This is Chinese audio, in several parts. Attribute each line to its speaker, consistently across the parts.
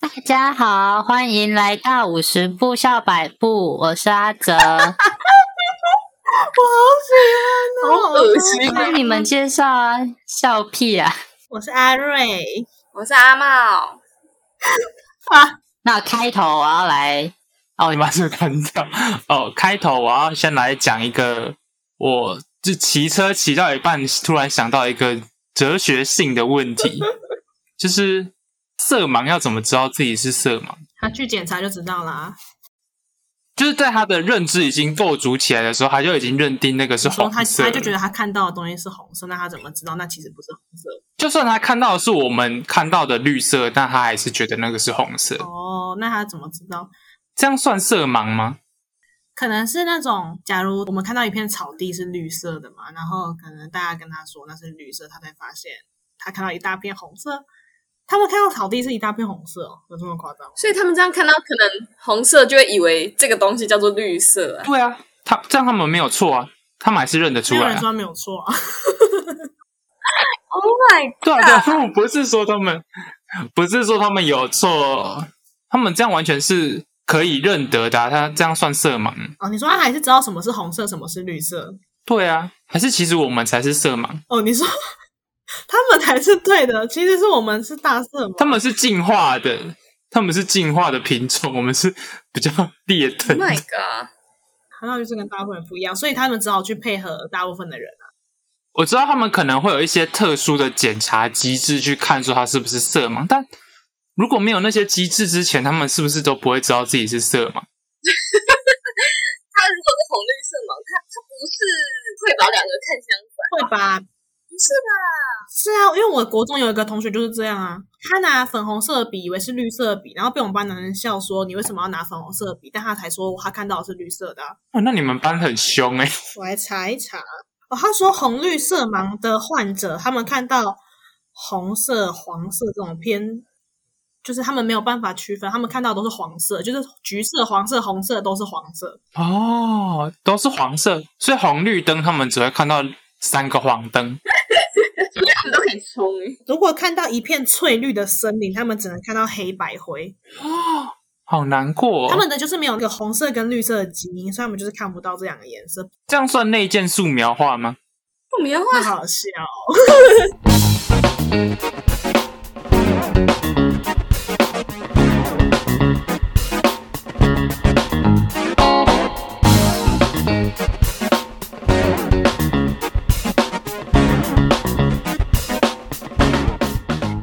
Speaker 1: 大家好，欢迎来到五十步笑百步，我是阿 哲。
Speaker 2: 我好喜欢哦，
Speaker 3: 好恶心啊
Speaker 1: 那你们介绍啊，笑屁啊！
Speaker 2: 我是阿瑞，
Speaker 3: 我是阿茂，
Speaker 1: 那开头我要来，
Speaker 4: 哦，你把这个砍掉。哦，开头我要先来讲一个，我就骑车骑到一半，突然想到一个哲学性的问题，就是色盲要怎么知道自己是色盲？
Speaker 2: 他去检查就知道啦。
Speaker 4: 就是在他的认知已经构筑起来的时候，他就已经认定那个是
Speaker 2: 从
Speaker 4: 红
Speaker 2: 他
Speaker 4: 色
Speaker 2: 他
Speaker 4: 了。
Speaker 2: 就觉得他看到的东西是红色，那他怎么知道那其实不是红色？
Speaker 4: 就算他看到的是我们看到的绿色，但他还是觉得那个是红色。
Speaker 2: 哦，那他怎么知道？
Speaker 4: 这样算色盲吗？
Speaker 2: 可能是那种，假如我们看到一片草地是绿色的嘛，然后可能大家跟他说那是绿色，他才发现他看到一大片红色。他们看到草地是一大片红色、哦，有这么夸张吗？
Speaker 3: 所以他们这样看到可能红色，就会以为这个东西叫做绿色、啊。
Speaker 4: 对啊，他这样他们没有错啊，他们还是认得出
Speaker 2: 没有
Speaker 4: 来、
Speaker 2: 人
Speaker 4: 啊
Speaker 2: 说。他没有错啊，
Speaker 3: Oh my！
Speaker 4: 对啊，对啊，他们不是说他们，不是说他们有错，他们这样完全是可以认得的、啊，他这样算色盲。
Speaker 2: 哦，你说他还是知道什么是红色，什么是绿色？
Speaker 4: 对啊，还是其实我们才是色盲，
Speaker 2: 哦，你说 他们才是对的，其实是我们是大色盲。
Speaker 4: 他们是进化的，他们是进化的品种，我们是比较劣等
Speaker 3: Oh my
Speaker 4: 的。
Speaker 3: god！
Speaker 2: 好像就是跟大部分人不一样，所以他们只好去配合大部分的人啊。
Speaker 4: 我知道他们可能会有一些特殊的检查机制去看说他是不是色盲，但如果没有那些机制之前，他们是不是都不会知道自己是色盲？
Speaker 3: 他如果是红绿色盲，他他不是会把两个看相反？
Speaker 2: 会吧？
Speaker 3: 不是吧？
Speaker 2: 是啊，因为我国中有一个同学就是这样啊，他拿粉红色的笔以为是绿色的笔，然后被我们班男生笑说你为什么要拿粉红色的笔？但他才说他看到的是绿色的啊、
Speaker 4: 哦，那你们班很凶欸诶、
Speaker 2: 我来查一查哦，他说红绿色盲的患者，他们看到红色、黄色这种偏，就是他们没有办法区分，他们看到的都是黄色，就是橘色、黄色、红色都是黄色。
Speaker 4: 哦，都是黄色，所以红绿灯他们只会看到三个黄灯。
Speaker 3: 他们都可以冲欸，
Speaker 2: 如果看到一片翠绿的森林，他们只能看到黑白灰，
Speaker 4: 哦，好难过、哦。
Speaker 2: 他们的就是没有那个红色跟绿色的基因，所以他们就是看不到这两个颜色，
Speaker 4: 这样算内建素描画吗？
Speaker 3: 我们要画
Speaker 2: 不好笑。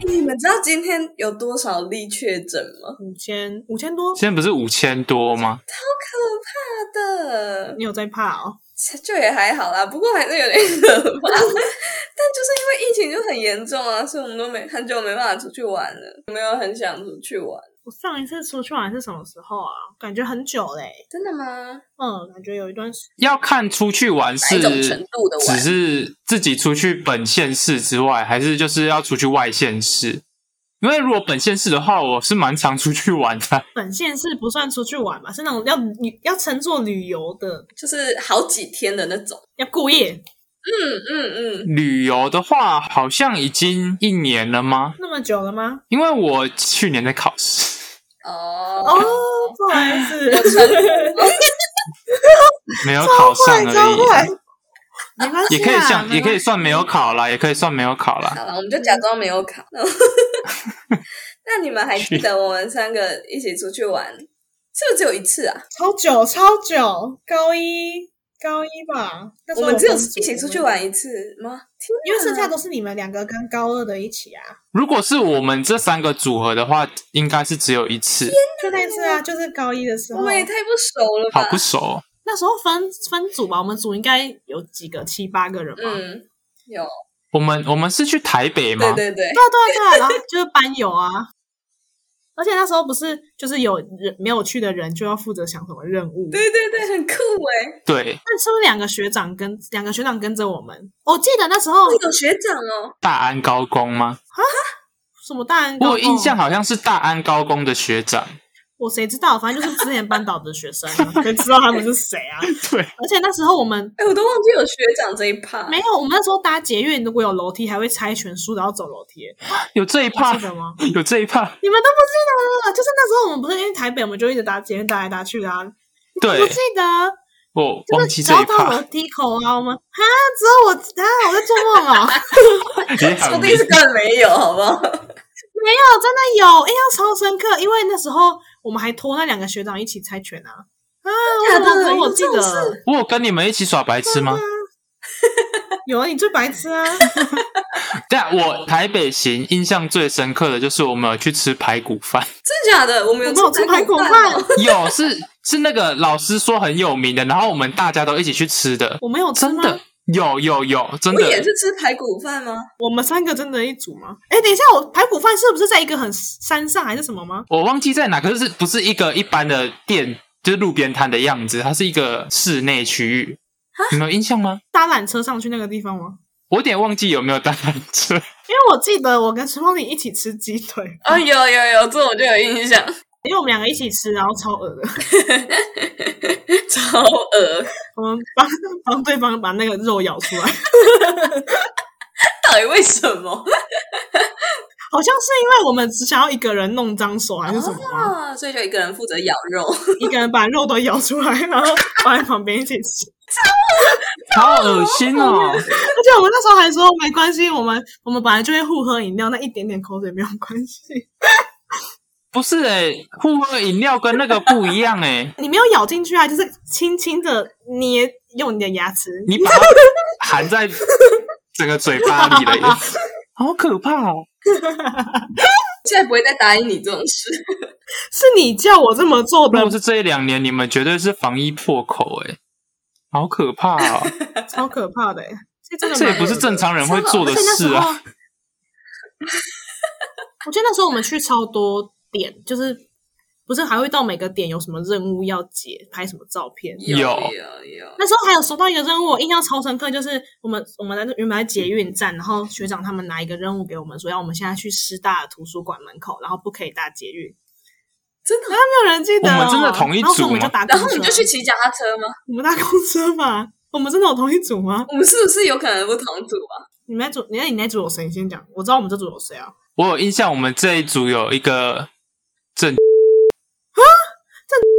Speaker 3: 你们知道今天有多少例确诊吗？
Speaker 2: 五千五千多，
Speaker 4: 现在不是五千多吗？
Speaker 3: 可怕的，
Speaker 2: 你有在怕哦？
Speaker 3: 就也还好啦，不过还是有点可怕。 但就是因为疫情就很严重啊，所以我们都没很久没办法出去玩了，没有很想出去玩。
Speaker 2: 我上一次出去玩是什么时候啊？感觉很久嘞、
Speaker 3: 真的吗？
Speaker 2: 嗯，感觉有一段时
Speaker 4: 要看出去玩
Speaker 3: 哪一
Speaker 4: 是
Speaker 3: 种程度的
Speaker 4: 只
Speaker 3: 玩？
Speaker 4: 是自己出去本县市之外，还是就是要出去外县市？因为如果本县市的话，我是蛮常出去玩的。
Speaker 2: 本县是不算出去玩吧，是那种要你要乘坐旅游的，
Speaker 3: 就是好几天的那种。
Speaker 2: 要过夜
Speaker 3: 嗯嗯嗯，
Speaker 4: 旅游的话，好像已经一年了吗？
Speaker 2: 那么久了吗？
Speaker 4: 因为我去年在考试，
Speaker 3: 哦
Speaker 2: 哦，不好意 思，
Speaker 4: 没有考上而
Speaker 2: 超
Speaker 4: 已。
Speaker 2: 快没关系
Speaker 4: 也
Speaker 2: 啦，
Speaker 4: 可以像，
Speaker 2: 啊
Speaker 4: 也可以
Speaker 2: 没关系
Speaker 4: 算没有考啦，也可以算没有考啦。
Speaker 3: 好了，我们就假装没有 考。那你们还记得我们三个一起出去玩，是不是只有一次啊？
Speaker 2: 超久超久，高一高一吧，那时
Speaker 3: 我
Speaker 2: 候
Speaker 3: 们只有嗯
Speaker 2: 分组
Speaker 3: 一起出去玩，一次吗？天啊哪
Speaker 2: 因为剩下都是你们两个跟高二的一起啊，
Speaker 4: 如果是我们这三个组合的话，应该是只有一次，
Speaker 2: 就那次啊，就是高一的时
Speaker 3: 我
Speaker 2: 候，
Speaker 3: 们也太不熟啊了吧？
Speaker 4: 好不熟哦、
Speaker 2: 那时候分分组吧，我们组应该有几个七八个人吧，对啊
Speaker 3: 嗯，有，
Speaker 4: 我们我们是去台北吗？
Speaker 3: 对对对，
Speaker 2: 对啊对啊，然后就是班友啊。 而且那时候不是就是有人没有去的人就要负责想什么任务，
Speaker 3: 对对对，很酷哎！
Speaker 4: 对
Speaker 2: 那是不是两个学长跟两个学长跟着我们？我记得那时候
Speaker 3: 哦，有学长哦，
Speaker 4: 大安高工吗？
Speaker 2: 什么大安高
Speaker 4: 我
Speaker 2: 工，
Speaker 4: 有印象好像是大安高工的学长，
Speaker 2: 我谁知道？反正就是之前班导的学生啊， 谁知道他们是谁啊？
Speaker 4: 对，
Speaker 2: 而且那时候我们
Speaker 3: 哎、我都忘记有学长这一趴。
Speaker 2: 没有，我们那时候搭捷运，如果有楼梯，还会拆全书，然后走楼梯，
Speaker 4: 有这一
Speaker 2: 还
Speaker 4: 趴
Speaker 2: 记，得吗？
Speaker 4: 有这一趴，
Speaker 2: 你们都不记得了？就是那时候我们不是因为台北，我们就一直搭捷运搭来搭去的啊，你都不
Speaker 4: 对
Speaker 2: 记得？
Speaker 4: 我忘
Speaker 2: 就是
Speaker 4: 记
Speaker 2: 只
Speaker 4: 这
Speaker 2: 要
Speaker 4: 一
Speaker 2: 到楼
Speaker 4: 趴，
Speaker 2: 梯口啊，我们啊，只有我啊，我在做梦 啊，
Speaker 4: 也
Speaker 3: 说
Speaker 4: 很
Speaker 3: 不定是根本没有，好不好？
Speaker 2: 没有，真的有，印象超深刻，因为那时候我们还拖那两个学长一起猜拳啊。啊！我怎
Speaker 3: 真的假
Speaker 2: 么
Speaker 3: 的
Speaker 2: 说我记
Speaker 3: 有这种
Speaker 2: 得
Speaker 3: 事
Speaker 4: 我有跟你们一起耍白痴吗？
Speaker 2: 有啊？你最白 痴啊！
Speaker 4: 但我台北行印象最深刻的就是我们有去吃排骨饭，
Speaker 3: 真假的？我们有
Speaker 2: 我们有吃排骨
Speaker 3: 饭
Speaker 2: 饭
Speaker 3: 哦，
Speaker 4: 有是是那个老师说很有名的，然后我们大家都一起去吃的，
Speaker 2: 我没有吃
Speaker 4: 真
Speaker 2: 哦吗？
Speaker 4: 的有有有，真
Speaker 3: 不也
Speaker 4: 的
Speaker 3: 是吃排骨饭吗？
Speaker 2: 我们三个真的一组吗？哎，等一下，我排骨饭是不是在一个很山上还是什么吗？
Speaker 4: 我忘记在哪，可是是不是一个一般的店，就是路边摊的样子，它是一个室内区域，你们有印象吗？
Speaker 2: 搭缆车上去那个地方吗？
Speaker 4: 我有点忘记有没有搭缆车，
Speaker 2: 因为我记得我跟陈梦你一起吃鸡腿，
Speaker 3: 哦，有有有，这我就有印象，
Speaker 2: 因为我们两个一起吃，然后超恶的，
Speaker 3: 超恶，
Speaker 2: 我们帮帮对方把那个肉咬出来，
Speaker 3: 到底为什 么？
Speaker 2: 好像是因为我们只想要一个人弄脏手还是什么吗？
Speaker 3: 啊，所以就一个人负责咬肉，
Speaker 2: 一个人把肉都咬出来，然后放在旁边一起吃。
Speaker 4: 好恶心哦！
Speaker 2: 而且我们那时候还说没关系，我们我们本来就会互喝饮料，那一点点口水没有关系。
Speaker 4: 不是诶、互喝饮料跟那个不一样欸诶、
Speaker 2: 你没有咬进去啊，就是轻轻的捏，用你的牙齿。
Speaker 4: 你把它含在整个嘴巴里了耶，好可怕哦！
Speaker 3: 现在不会再答应你这种事。
Speaker 2: 是你叫我这么做
Speaker 4: 如
Speaker 2: 的
Speaker 4: 果，是这一两年，你们绝对是防疫破口诶、好可怕 啊、
Speaker 2: 超可怕的、欸。这真的
Speaker 4: 这也
Speaker 2: 蛮
Speaker 4: 不是
Speaker 2: 恶的
Speaker 4: 正常人会做的
Speaker 2: 而且那时
Speaker 4: 事
Speaker 2: 候，
Speaker 4: 啊！
Speaker 2: 我记得那时候我 们去超多点，就是不是还会到每个点有什么任务要解，拍什么照片。
Speaker 3: 有
Speaker 4: 有
Speaker 3: 有有，
Speaker 2: 那时候还有收到一个任务，我印象超深刻，就是我们我们在那原本在捷运站，然后学长他们拿一个任务给我们，说要我们现在去师大的图书馆门口，然后不可以搭捷运，
Speaker 3: 真的。
Speaker 2: 没有人记得、哦。
Speaker 4: 我们真的同一
Speaker 2: 然后所以
Speaker 4: 组
Speaker 2: 我们就
Speaker 4: 吗
Speaker 2: 搭公
Speaker 3: 然
Speaker 2: 车，
Speaker 3: 后你就去骑脚踏车吗？
Speaker 2: 我们搭公车吧。我们真的有同一组吗？
Speaker 3: 我们是不是有可能不同组啊？
Speaker 2: 你们那组，你那你那组有谁？你先讲，我知道我们这组有谁啊？
Speaker 4: 我有印象，我们这一组有一个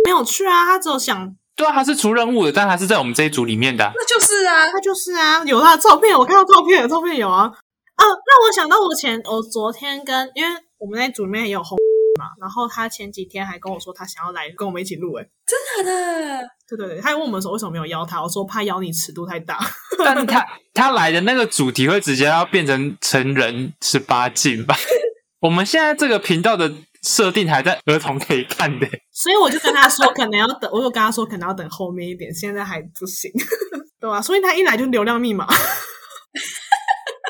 Speaker 2: 没有去啊，他只有想，
Speaker 4: 对啊，他是出任务的，但他是在我们这一组里面 的啊、
Speaker 3: 那就是啊，
Speaker 2: 他就是啊，有他的照片，我看到照片，照片有啊。啊，让我想到我前，我昨天跟，因为我们那组里面也有红嘛，然后他前几天还跟我说他想要来跟我们一起录、欸，
Speaker 3: 真的的。
Speaker 2: 对对对，他还问我们说为什么没有邀他，我说怕邀你尺度太大。
Speaker 4: 但他他来的那个主题会直接要变成成人十八禁吧？我们现在这个频道的设定还在儿童可以看的、
Speaker 2: 所以我就跟他说，可能要等，我有跟他说可能要等后面一点，现在还不行， 对吧、啊所以他一来就流量密码，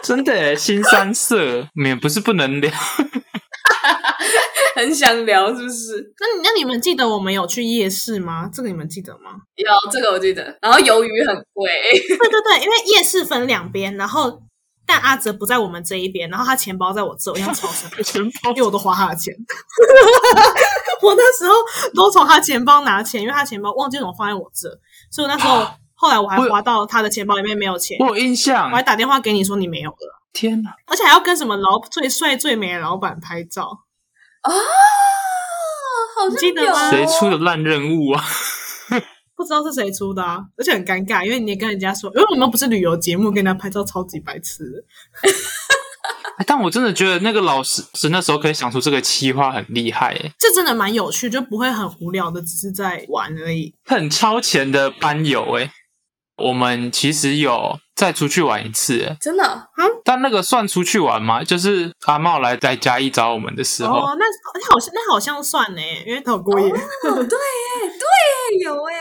Speaker 4: 真的、欸，新三色，我们也不是不能聊。
Speaker 3: 很想聊是不是？
Speaker 2: 那你那你们记得我们有去夜市吗？这个你们记得吗？
Speaker 3: 有这个我记得。然后鱿鱼很贵，
Speaker 2: 对对对，因为夜市分两边，然后但阿哲不在我们这一边，然后他钱包在我这，我印象超深刻，
Speaker 4: 钱包
Speaker 2: 因为我都花他的钱。 我那时候都从他钱包拿钱，因为他钱包忘记怎么放在我这，所以我那时候后来我还花到他的钱包里面没有钱，
Speaker 4: 我有印象
Speaker 2: 我，还打电话给你说你没有了，
Speaker 4: 天哪！
Speaker 2: 而且还要跟什么老最帅最美的老板拍照。
Speaker 3: 啊，好
Speaker 2: 你
Speaker 3: 像
Speaker 2: 记得
Speaker 3: 有
Speaker 2: 吗
Speaker 3: 哦
Speaker 4: 谁出的烂任务啊？
Speaker 2: 不知道是谁出的、啊，而且很尴尬，因为你也跟人家说，因为我们不是旅游节目，跟人家拍照超级白痴的。
Speaker 4: 哎但我真的觉得那个老师是那时候可以想出这个企划很厉害、欸，
Speaker 2: 这真的蛮有趣，就不会很无聊的，只是在玩而已。
Speaker 4: 很超前的班友哎、我们其实有再出去玩一次、欸，
Speaker 3: 真的哦
Speaker 4: 但那个算出去玩吗？就是阿茂来在嘉义找我们的时候，
Speaker 2: 哦，那那好像那好像算呢，因为他哦有过夜。
Speaker 3: 对耶对耶有哎，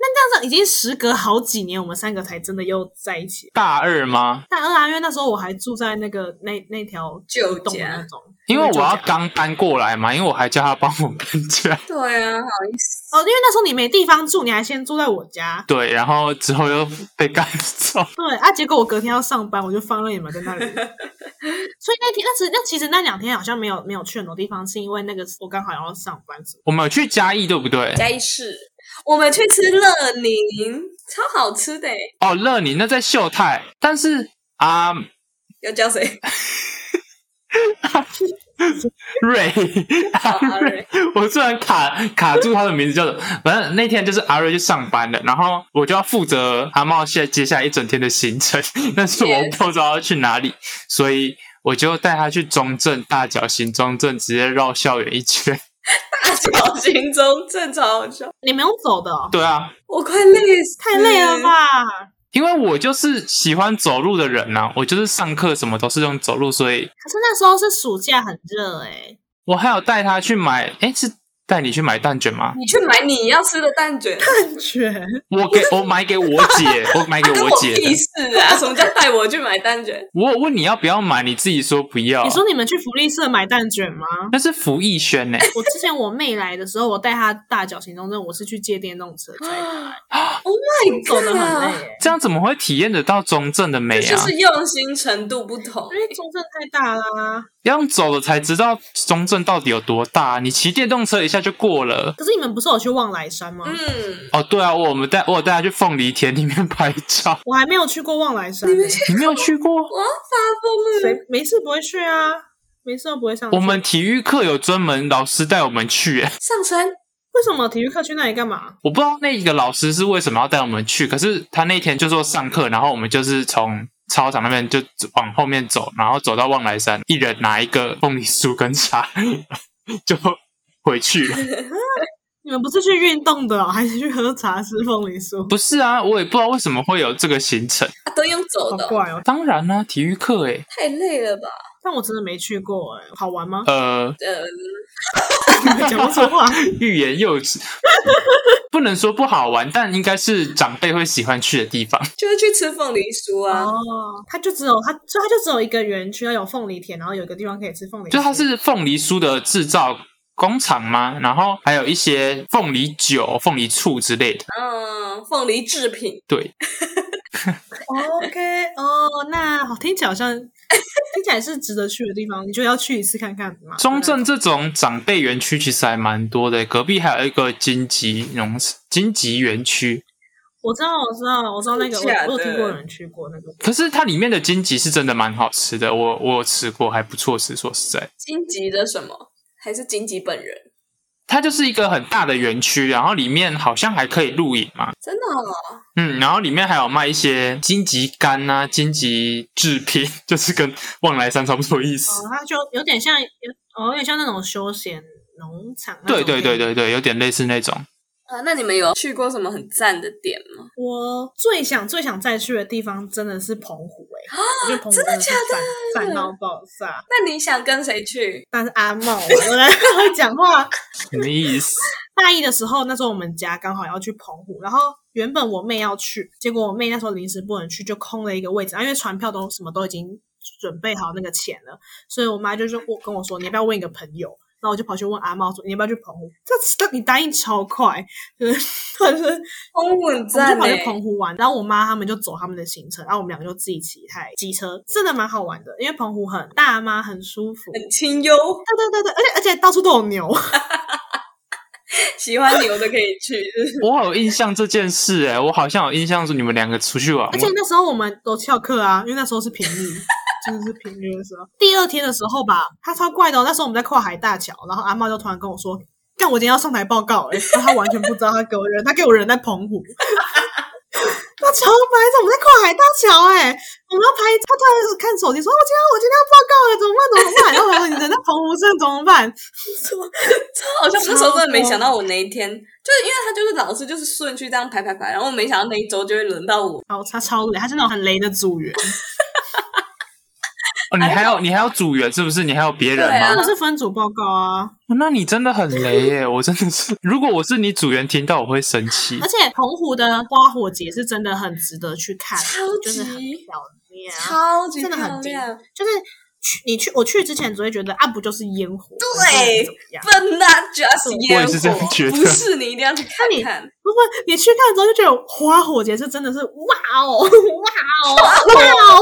Speaker 2: 但是已经时隔好几年，我们三个才真的又在一起。
Speaker 4: 大二吗？
Speaker 2: 但二啊，因为那时候我还住在那个那那条
Speaker 3: 旧
Speaker 2: 栋的
Speaker 3: 家
Speaker 2: 那种，
Speaker 4: 因为我要
Speaker 2: 旧家
Speaker 4: 刚搬过来嘛，因为我还叫他帮我搬家。
Speaker 3: 对啊，好意思。
Speaker 2: 哦，因为那时候你没地方住，你还先住在我家。
Speaker 4: 对，然后之后又被赶走。
Speaker 2: 对啊，结果我隔天要上班，我就放任你们在那里。所以那天，那其实那其实那两天好像没有没有去很多地方，是因为那个我刚好要上班什么。
Speaker 4: 我们有去嘉义，对不对？
Speaker 3: 嘉义市，我们去吃乐宁，超好吃的欸，
Speaker 4: 哦，乐宁那在秀泰，但是啊，
Speaker 3: 要叫谁？
Speaker 4: 瑞，
Speaker 3: 好阿瑞，
Speaker 4: 我虽然卡卡住他的名字叫什么，反正那天就是阿瑞去上班了，然后我就要负责阿茂现在接下来一整天的行程， 但是我
Speaker 3: Yes
Speaker 4: 不知道要去哪里，所以我就带他去中正大角形中正，直接绕校园一圈。
Speaker 3: 大小行踪正超好笑，嗯
Speaker 2: 你没有走的、哦，
Speaker 4: 对啊，
Speaker 3: 我快累死，
Speaker 2: 太累了？吧？
Speaker 4: 因为我就是喜欢走路的人呐、啊，我就是上课什么都是用走路，所以
Speaker 2: 可是那时候是暑假，很热哎、
Speaker 4: 我还有带他去买，诶，是带你去买蛋卷吗？
Speaker 3: 你去买你要吃的蛋卷，
Speaker 4: 哎
Speaker 2: 蛋卷，
Speaker 4: 我 给我买给我姐，我买给
Speaker 3: 跟
Speaker 4: 我
Speaker 3: 我
Speaker 4: 姐
Speaker 3: 屁
Speaker 4: 的。
Speaker 3: 事啊！什么叫带我去买蛋卷？
Speaker 4: 我有问你要不要买，你自己说不要。
Speaker 2: 你说你们去福利社买蛋卷 吗？
Speaker 4: 那是福艺轩呢、
Speaker 2: 我之前我妹来的时候，我带她大脚行动证，我是去借电动车载
Speaker 4: 啊
Speaker 2: 她，走的很累、欸，
Speaker 4: 这样怎么会体验得到中正的美
Speaker 3: 就
Speaker 4: 啊？
Speaker 3: 是用心程度不同
Speaker 2: 因。为中正太大啦、
Speaker 4: 要用走了才知道中正到底有多大。你骑电动车一下就过了。
Speaker 2: 可是你们不是有去望来山吗？
Speaker 3: 嗯，
Speaker 4: 哦，对啊，我们带我有带他去凤梨田里面拍 照，
Speaker 2: 我还没有去过望来山、欸，
Speaker 4: 你没有去过？
Speaker 3: 我要发疯了。
Speaker 2: 谁没事不会去啊？没事都不会上去。
Speaker 4: 我们体育课有专门老师带我们去、欸，
Speaker 3: 上山
Speaker 2: 为什么体育课去那里干嘛？
Speaker 4: 我不知道那个老师是为什么要带我们去，可是他那天就说上课，然后我们就是从操场那边就往后面走，然后走到望来山，一人拿一个凤梨酥跟茶， 就回去了。
Speaker 2: 你们不是去运动的哦、还是去喝茶吃凤梨酥？
Speaker 4: 不是啊，我也不知道为什么会有这个行程。
Speaker 3: 啊，都用走
Speaker 2: 好
Speaker 3: 的哦，
Speaker 2: 怪哦、
Speaker 4: 当然啦、体育课诶，？
Speaker 3: 太累了吧？
Speaker 2: 但我真的没去过哎、好玩吗
Speaker 4: 呃，
Speaker 3: 呃，
Speaker 2: 讲不出 话。
Speaker 4: 欲言又止，不能说不好玩，但应该是长辈会喜欢去的地方。
Speaker 3: 就是去吃凤梨酥啊。
Speaker 2: 哦，它就只有它，所以它就只有一个园区，它有凤梨田，然后有一个地方可以吃凤梨酥。
Speaker 4: 就它是凤梨酥的制造工厂嘛，然后还有一些凤梨酒、凤梨醋之类的。
Speaker 3: 嗯，凤梨制品，
Speaker 4: 对，
Speaker 2: OK 哦，那好听起来好像听起来是值得去的地方，你就要去一次看看嘛。啊
Speaker 4: 中正这种长辈园区其实还蛮多的，隔壁还有一个金吉农金吉园区，
Speaker 2: 我知道，我知道，我知道那个，
Speaker 3: 真的假的
Speaker 2: 我我有听过有人去过那个。
Speaker 4: 可是它里面的金吉是真的蛮好吃的，我我有吃过，还不错吃。说实在，
Speaker 3: 荆棘的什么？还是荆棘本人？
Speaker 4: 它就是一个很大的园区，然后里面好像还可以露营嘛，
Speaker 3: 真的、哦？
Speaker 4: 嗯，然后里面还有卖一些金桔干啊、金桔制品， 就是跟望来山差不多意思。
Speaker 2: 哦，它就有点像，有哦，有点像那种休闲农场。
Speaker 4: 对对对，对对，有点类似那种。
Speaker 3: 啊，那你们有去过什么很赞的点吗？
Speaker 2: 我最想最想再去的地方真的是澎湖哎、我觉得澎湖真的是赞赞到爆炸。
Speaker 3: 那你想跟谁去？
Speaker 2: 但是阿茂，我来 会讲话。
Speaker 4: 什么意思？
Speaker 2: 大一的时候，那时候我们家刚好要去澎湖，然后原本我妹要去，结果我妹那时候临时不能去，就空了一个位置，啊因为船票都什么都已经准备好那个钱了，所以我妈就是我跟我说，你要不要问一个朋友？然后我就跑去问阿茂说，你要不要去澎湖？这你答应超快，就是 就是
Speaker 3: 澎湖很
Speaker 2: 我们
Speaker 3: 赞
Speaker 2: 就跑
Speaker 3: 呢、
Speaker 2: 去澎湖玩，然后我妈他们就走他们的行程，然后我们两个就自己骑一台机车，真的蛮好玩的，因为澎湖很大嘛，很舒服。对
Speaker 3: 很清幽，
Speaker 2: 对对对，而且而且到处都有牛，
Speaker 3: 喜欢牛的可以去。
Speaker 4: 我有印象这件事、哎，我好像有印象说你们两个出去玩
Speaker 2: 而，且那时候我们都翘课啊，因为那时候是平日，真的是平日的时候。第二天的时候吧，他超怪的、哦，那时候我们在跨海大桥，然后阿茂就突然跟我说：“干，我今天要上台报告、欸。” 然后他完全不知道他给我人，他给我人在澎湖。 他超白痴，我们在跨海大桥哎、我们要拍，他突然看手机说：“哦我今天我今天要报告了，怎么办？怎么办？”然后我说：“你人在澎湖镇怎么办？”
Speaker 3: 好像我那时候真的没想到我那一天，就是因为他就是老是就是顺序这样排排排，然后我没想到那一周就会轮到我。
Speaker 2: 然后他超累，他是那种很雷的组员，
Speaker 4: 哦，
Speaker 2: 哎
Speaker 4: 你还有你还有组员是不是？你还有别人
Speaker 3: 对啊
Speaker 4: 吗？
Speaker 2: 真的是分组报告啊。
Speaker 4: 哦那你真的很雷耶、我真的是，如果我是你组员，听到我会生气
Speaker 2: 而。且澎湖的花火节是真的很值得去看，
Speaker 3: 超级
Speaker 2: 就是很漂亮，
Speaker 3: 超级
Speaker 2: 真的
Speaker 3: 漂
Speaker 2: 很精
Speaker 3: 亮，
Speaker 2: 就是去你去我去之前只会觉得啊，不就是烟火，
Speaker 3: 对
Speaker 2: 不然怎么 样？
Speaker 3: 笨呐，just
Speaker 4: 我
Speaker 3: 烟
Speaker 4: 也是这样觉
Speaker 3: 火，
Speaker 4: 得
Speaker 3: 不是你一定要去看
Speaker 2: 那你
Speaker 3: 看。
Speaker 2: 不过你去看之后就觉得花火节是真的是哇哦哇哦哇哦哇哦，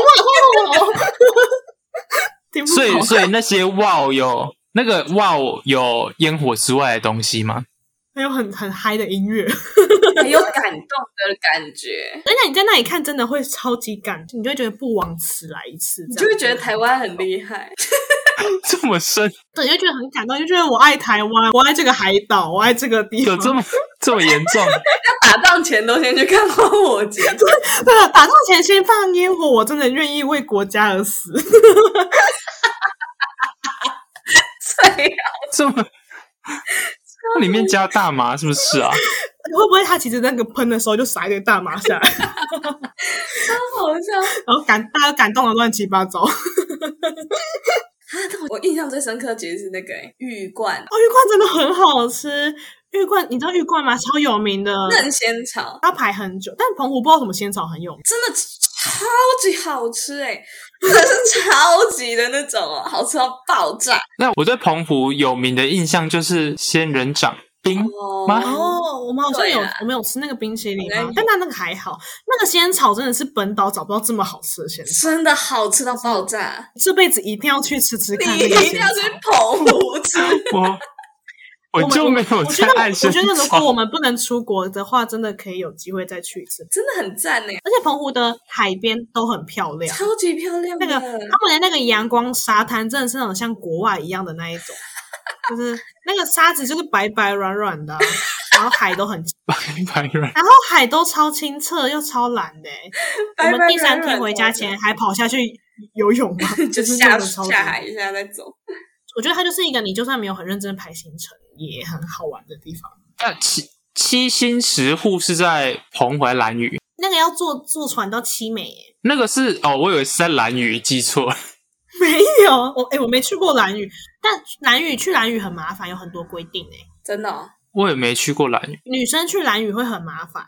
Speaker 2: 听不
Speaker 4: 所以
Speaker 2: 懂。
Speaker 4: 所以那些 wow 有那个 wow 有烟火之外的东西吗？
Speaker 2: 还有很很嗨的音乐，
Speaker 3: 很有感动的感觉，
Speaker 2: 而且你在那里看，真的会超级感，你就会觉得不枉此来一次，
Speaker 3: 你
Speaker 2: 这样
Speaker 3: 就会觉得台湾很厉害。
Speaker 4: 这么深，
Speaker 2: 对，就觉得很感动，就觉得我爱台湾，我爱这个海岛，我爱这个地
Speaker 4: 有
Speaker 2: 方。
Speaker 4: 这么这么严重？
Speaker 3: 打仗前都先去看花火 节，
Speaker 2: 对了，打仗前先放烟火，我真的愿意为国家而死。
Speaker 3: 最
Speaker 4: 这么那里面加大麻是不是啊？
Speaker 2: 会不会他其实那个喷的时候就撒一堆大麻下 来，
Speaker 3: 好笑。
Speaker 2: 然后感大家感动的乱七八糟？哦，
Speaker 3: 我印象最深刻其实是那个欸玉冠
Speaker 2: 玉冠真的很好吃，玉冠你知道玉冠吗？超有名的，
Speaker 3: 嫩仙草，
Speaker 2: 它排很久，但澎湖不知道什么仙草很有名。
Speaker 3: 真的超级好吃哎、真的是 超级的那种哦，好吃到爆炸
Speaker 4: 那我对澎湖有名的印象就是仙人掌冰， 妈
Speaker 3: 哦！
Speaker 2: 哦，我们好像有
Speaker 3: 对啦
Speaker 2: 我们有吃那个冰淇淋
Speaker 3: 应
Speaker 2: 吗
Speaker 3: 该？
Speaker 2: 但它那个还好，那个仙草真的是本岛找不到这么好吃的仙草，
Speaker 3: 真的好吃到爆炸，
Speaker 2: 这辈子一定要去吃吃看
Speaker 3: 你
Speaker 2: 那个
Speaker 3: 一定
Speaker 2: 仙
Speaker 3: 要
Speaker 2: 草。
Speaker 3: 去澎湖 吃。
Speaker 4: 我我
Speaker 2: 们
Speaker 4: 就没有
Speaker 2: 我觉
Speaker 4: 在
Speaker 2: 得，我
Speaker 4: 爱仙
Speaker 2: 觉得如
Speaker 4: 草
Speaker 2: 果我们不能出国的话，真的可以有机会再去一次。
Speaker 3: 真的很赞呢，
Speaker 2: 而且澎湖的海边都很漂亮，
Speaker 3: 超级漂亮的。
Speaker 2: 那个他们的那个阳光沙滩真的是那种像国外一样的那一 种，就是那个沙子就是白白软软 的啊、然后海都很，
Speaker 4: 白白软，
Speaker 2: 然后海都超清澈又超蓝的欸、
Speaker 3: 白
Speaker 2: 我
Speaker 3: 白
Speaker 2: 们第三
Speaker 3: 软
Speaker 2: 天
Speaker 3: 软
Speaker 2: 回家
Speaker 3: 的
Speaker 2: 前还跑下去游泳嘛，
Speaker 3: 就是下
Speaker 2: 热得超级
Speaker 3: 下海一下再走，
Speaker 2: 我觉得它就是一个你就算没有很认真排行程也很好玩的地方。
Speaker 4: 那七七星石户是在澎湖还是兰屿？
Speaker 2: 那个要坐坐船到七美耶、
Speaker 4: 那个是哦，我以为是在兰屿，记错了。
Speaker 2: 没有，我哎、我没去过兰屿，但兰屿去兰屿很麻烦，有很多规定哎、
Speaker 3: 真的、哦。
Speaker 4: 我也没去过兰屿，
Speaker 2: 女生去兰屿会很麻烦，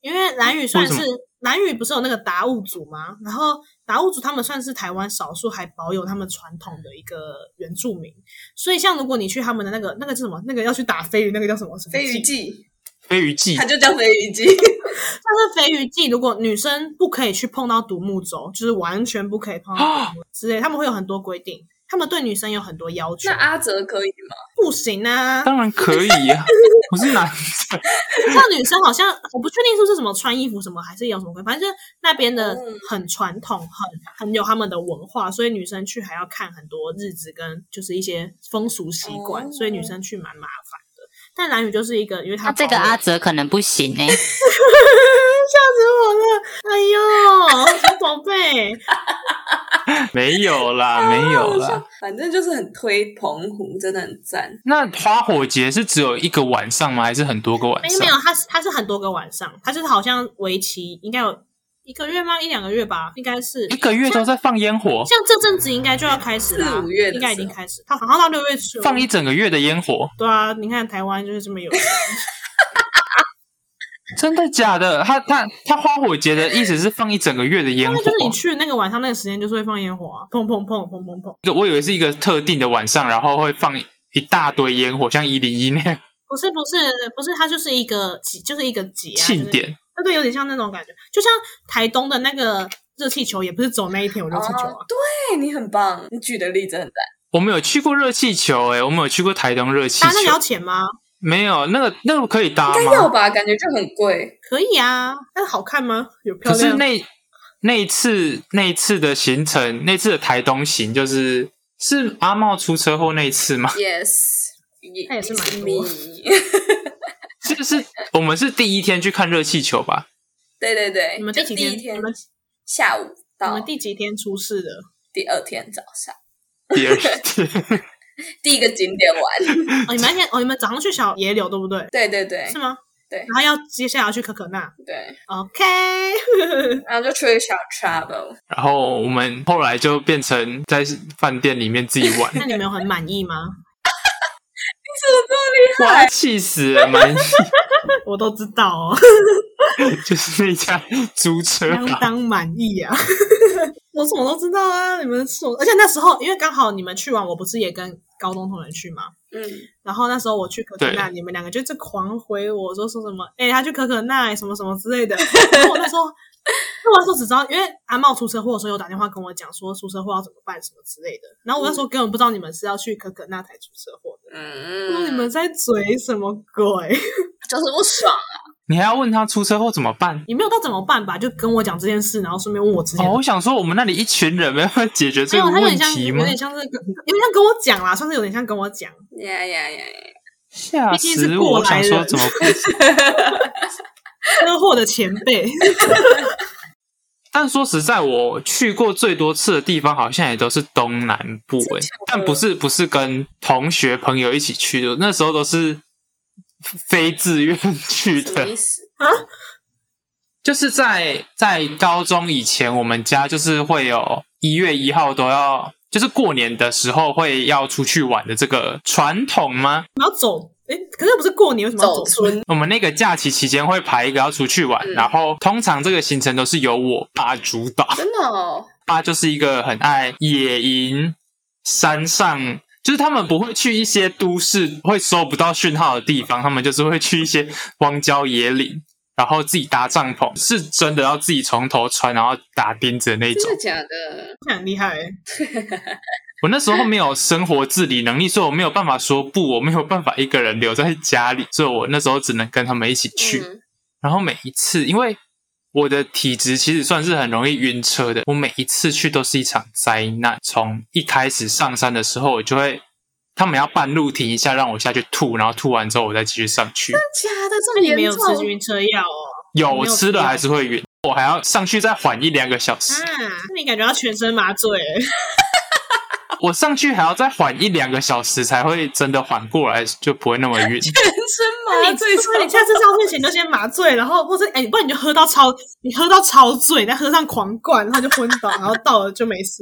Speaker 2: 因为兰屿算
Speaker 4: 为
Speaker 2: 是兰屿不是有那个达悟族吗？然后达悟族他们算是台湾少数还保有他们传统的一个原住民，所以像如果你去他们的那个那个是什么？那个要去打飞鱼，那个叫什么什么
Speaker 3: 飞鱼
Speaker 2: 季？
Speaker 3: 季，
Speaker 4: 飞鱼
Speaker 2: 嗯
Speaker 4: 记
Speaker 3: 它就叫 飞鱼季，
Speaker 2: 但是飞鱼季，如果女生不可以去碰到独木舟，就是完全不可以碰到独木舟之类，他们会有很多规定，他们对女生有很多要求
Speaker 3: 那，啊阿哲可以吗？
Speaker 2: 不行啊。
Speaker 4: 当然可以 呀、我是男生，
Speaker 2: 像女生好像我不确定是不是什么穿衣服什么，还是有什么规，反正就是那边的
Speaker 3: 嗯
Speaker 2: 很传统，很很有他们的文化，所以女生去还要看很多日子跟就是一些风俗习惯，
Speaker 3: 哦
Speaker 2: 所以女生去蛮麻烦的。但蓝雨就是一个，因为
Speaker 1: 那
Speaker 2: 他
Speaker 1: 啊这个
Speaker 4: 啊
Speaker 1: 阿哲可能不行 哎、
Speaker 2: 吓死我了，哎呦，小宝 贝，
Speaker 4: 没有啦，没 有啦。
Speaker 3: 反正就是很推澎湖，真的很赞。
Speaker 4: 那花火节是只有一个晚上吗？还是很多个晚
Speaker 2: 没
Speaker 4: 上？
Speaker 2: 没有，他是他是很多个晚上，他就是好像为期应该有一个月吗？一两个月吧，应该是
Speaker 4: 一个月都在放 烟火，
Speaker 2: 像这阵子应该就要开始了、
Speaker 3: 四五月的
Speaker 2: 应该已
Speaker 3: 时
Speaker 2: 经
Speaker 3: 候
Speaker 2: 开始，他好像到六月初
Speaker 4: 放一整个月的烟火，
Speaker 2: 对啊，你看台湾就是这么有钱，
Speaker 4: 真的假的？他他他花火节的意思是放一整个月的
Speaker 2: 因
Speaker 4: 烟火
Speaker 2: 为，就是你去那个晚上那个时间，就是会放烟火啊，砰砰砰砰砰砰，
Speaker 4: 一个我以为是一个特定的晚上，然后会放一大堆烟火，像一零一那样
Speaker 2: 不是不是不是，它就是一个节，就是一个节啊，
Speaker 4: 庆
Speaker 2: 就是，
Speaker 4: 典。
Speaker 2: 对对，有点像那种感觉，就像台东的那个热气球，也不是走那一天有热气球
Speaker 4: 哦
Speaker 2: 啊，
Speaker 3: 哦对你很棒，你举的例子很赞。
Speaker 4: 我们有去过热气球、欸，诶，我们有去过台东热气
Speaker 2: 搭啊那个要
Speaker 4: 球，
Speaker 2: 钱吗？
Speaker 4: 没有那个那个可以搭
Speaker 3: 应该要
Speaker 4: 吗？
Speaker 3: 吧，感觉就很贵。
Speaker 2: 可以啊，但是好看吗？有漂
Speaker 4: 可是
Speaker 2: 亮？
Speaker 4: 那那一次那一次的行程，那次的台东行就是是阿茂出车祸那一次吗？
Speaker 3: Yes，
Speaker 2: 那也是蛮多
Speaker 3: me。
Speaker 4: 是是我们是第一天去看热气球吧？
Speaker 3: 对对对，
Speaker 2: 你们
Speaker 3: 就
Speaker 2: 第几
Speaker 3: 第一
Speaker 2: 天？
Speaker 3: 天
Speaker 2: 你们
Speaker 3: 下午
Speaker 2: 你
Speaker 3: 到
Speaker 2: 们第几天出事的？
Speaker 3: 第二天早上，
Speaker 4: 第二天
Speaker 3: 第一个景 点
Speaker 2: 哦，
Speaker 3: 玩。
Speaker 2: 你们那天哦，你们早上去小野柳对不对？
Speaker 3: 对对对
Speaker 2: 是吗？
Speaker 3: 对
Speaker 2: 然后要接下来要去可可纳
Speaker 3: 对，
Speaker 2: ，OK，
Speaker 3: 然后就出去小 travel，
Speaker 4: 然后我们后来就变成在饭店里面自己 玩，
Speaker 2: 那你们有很满意吗？
Speaker 4: 哇，气死了！蛮
Speaker 2: 我都知道哦。
Speaker 4: 就是那家租车啊
Speaker 2: 相
Speaker 4: 吧，
Speaker 2: 当满意啊！ 我什么都知道啊，你们说，而且那时候因为刚好你们去完，我不是也跟高中同学去嘛，
Speaker 3: 嗯，
Speaker 2: 然后那时候我去可可纳，你们两个就一直 狂回我说说什么，哎、他去可可纳什么什么之类的，然后我那时候。 对我来说只知道，因为阿茂出车祸的时候有打电话跟我讲说出车祸要怎么办什么之类的，然后我那时候根本不知道你们是要去可可那台出车祸的，我说
Speaker 3: 嗯，
Speaker 2: 你们在嘴什么鬼？
Speaker 3: 就是不爽。
Speaker 4: 你还要问他出车祸怎么办？
Speaker 2: 也没有到怎么办吧，就跟我讲这件事，然后顺便问我之前
Speaker 4: 哦，
Speaker 2: 的
Speaker 4: 我想说我们那里一群人没有办法解决
Speaker 2: 没
Speaker 4: 这
Speaker 2: 有，
Speaker 4: 个
Speaker 2: 他有
Speaker 4: 问
Speaker 2: 点像，
Speaker 4: 题
Speaker 2: 有
Speaker 4: 吗？
Speaker 2: 点像是跟，有点像跟我讲啦，算是有点像跟我讲。
Speaker 3: 呀呀呀呀！
Speaker 4: 吓
Speaker 2: 毕竟是
Speaker 4: 死
Speaker 2: 过
Speaker 4: 我！我
Speaker 2: 来
Speaker 4: 想
Speaker 2: 人
Speaker 4: 说怎么办？
Speaker 2: 车祸的前辈，
Speaker 4: 但说实在，我去过最多次的地方好像也都是东南部 诶、但不是不是跟同学朋友一起去的，那时候都是非自愿去
Speaker 3: 什么意
Speaker 4: 的。
Speaker 3: 思？
Speaker 4: 就是在在高中以前，我们家就是会有一月一号都要，就是过年的时候会要出去玩的这个传统吗？
Speaker 2: 然后走，哎，可是又不是过年，为什么要
Speaker 3: 走
Speaker 2: 走
Speaker 3: 村？
Speaker 4: 我们那个假期期间会排一个要出去玩，
Speaker 3: 嗯
Speaker 4: 然后通常这个行程都是由我爸主导。
Speaker 3: 真的哦，
Speaker 4: 爸就是一个很爱野营、山上，就是他们不会去一些都市会收不到讯号的地方，他们就是会去一些荒郊野岭，然后自己搭帐篷，是真的要自己从头穿，然后打钉子的那
Speaker 3: 真
Speaker 4: 种
Speaker 3: 的。假的？
Speaker 2: 这很厉害欸，
Speaker 4: 我那时候没有生活自理能力，所以我没有办法说不，我没有办法一个人留在家里，所以我那时候只能跟他们一起去。
Speaker 3: 嗯
Speaker 4: 然后每一次，因为我的体质其实算是很容易晕车的，我每一次去都是一场灾难。从一开始上山的时候，我就会他们要半路停一下，让我下去吐，然后吐完之后我再继续上去。
Speaker 3: 假的这
Speaker 2: 那
Speaker 3: 么
Speaker 2: 你
Speaker 3: 严
Speaker 2: 没有
Speaker 3: 重？
Speaker 2: 吃 晕车药哦？
Speaker 4: 有
Speaker 2: 没有
Speaker 4: 我吃了还是会晕，我还要上去再缓一两个小时，
Speaker 2: 啊，那你感觉要全身麻醉欸？
Speaker 4: 我上去还要再缓一两个小时才会真的缓过来，就不会那么晕。
Speaker 3: 全身
Speaker 2: 那
Speaker 3: 麻
Speaker 2: 你
Speaker 3: 醉
Speaker 2: 啊最
Speaker 3: 超
Speaker 2: 你下次上去前就先麻醉，然后或者哎，不然你就喝到超，你喝到超醉，再喝上狂灌，然后就昏倒，然后到了就没事。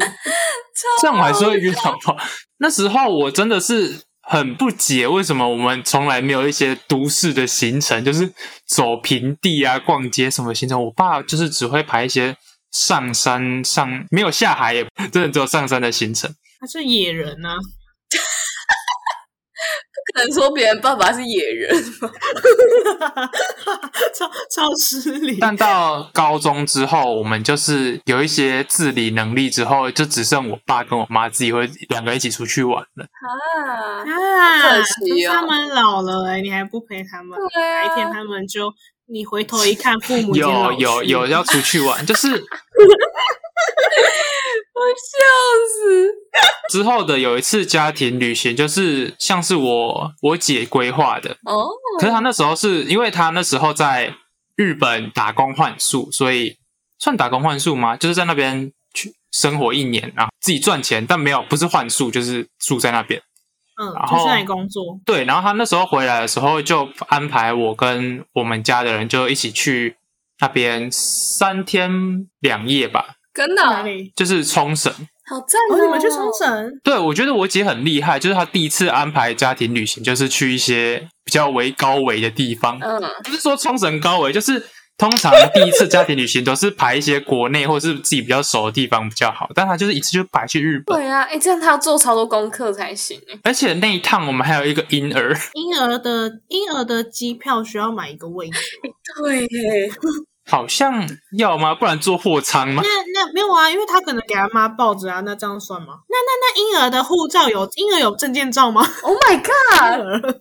Speaker 4: 这样我还是会晕好不好？那时候我真的是很不解，为什么我们从来没有一些都市的行程，就是走平地啊、逛街什么行程。我爸就是只会排一些上山上，没有下海也，真的只有上山的行程。
Speaker 2: 他是野人啊，
Speaker 3: 可能说别人爸爸是野 人，
Speaker 2: 超超失礼。
Speaker 4: 但到高中之后，我们就是有一些自理能力之后，就只剩我爸跟我妈自己会两个一起出去玩了。
Speaker 3: 啊，
Speaker 2: 啊，
Speaker 3: 可惜哦
Speaker 2: 他们老了哎、你还不陪他们？
Speaker 3: 对啊
Speaker 2: 哪一天他们就你回头一看，父母已经老
Speaker 4: 有
Speaker 2: 去
Speaker 4: 有有，要出去玩，就是
Speaker 3: 我笑
Speaker 4: 之后的有一次家庭旅行，就是像是我我姐规划的，
Speaker 3: 死哦，
Speaker 4: 可是她那时候是因为她那时候在日本打工换宿，所以算打工换宿吗？就是在那边去生活一年，然后自己赚钱，但没有不是换宿，就是住在那边。
Speaker 2: 嗯，
Speaker 4: 然
Speaker 2: 就
Speaker 4: 后
Speaker 2: 是来工作，
Speaker 4: 对，然后她那时候回来的时候就安排我跟我们家的人就一起去那边三天两夜吧，
Speaker 3: 真的啊
Speaker 2: 哪里？
Speaker 4: 就是冲绳。
Speaker 3: 好赞
Speaker 2: 哦，你们去冲绳？
Speaker 4: 对，我觉得我姐很厉害，就是她第一次安排家庭旅行，就是去一些比较为高危的地方，
Speaker 3: 嗯，
Speaker 4: 不是说冲绳高危，就是通常第一次家庭旅行都是排一些国内或是自己比较熟的地方比较好，但她就是一次就排去日本，
Speaker 3: 对啊，哎、这样他要做超多功课才行哎。
Speaker 4: 而且那一趟我们还有一个婴儿，
Speaker 2: 婴儿的婴儿的机票需要买一个位置？
Speaker 3: 对耶，
Speaker 4: 好像要吗？不然坐货舱吗
Speaker 2: 那？那没有啊，因为他可能给他妈抱着啊，那这样算吗？那那那婴儿的护照有婴儿有证件照吗？
Speaker 3: Oh my god！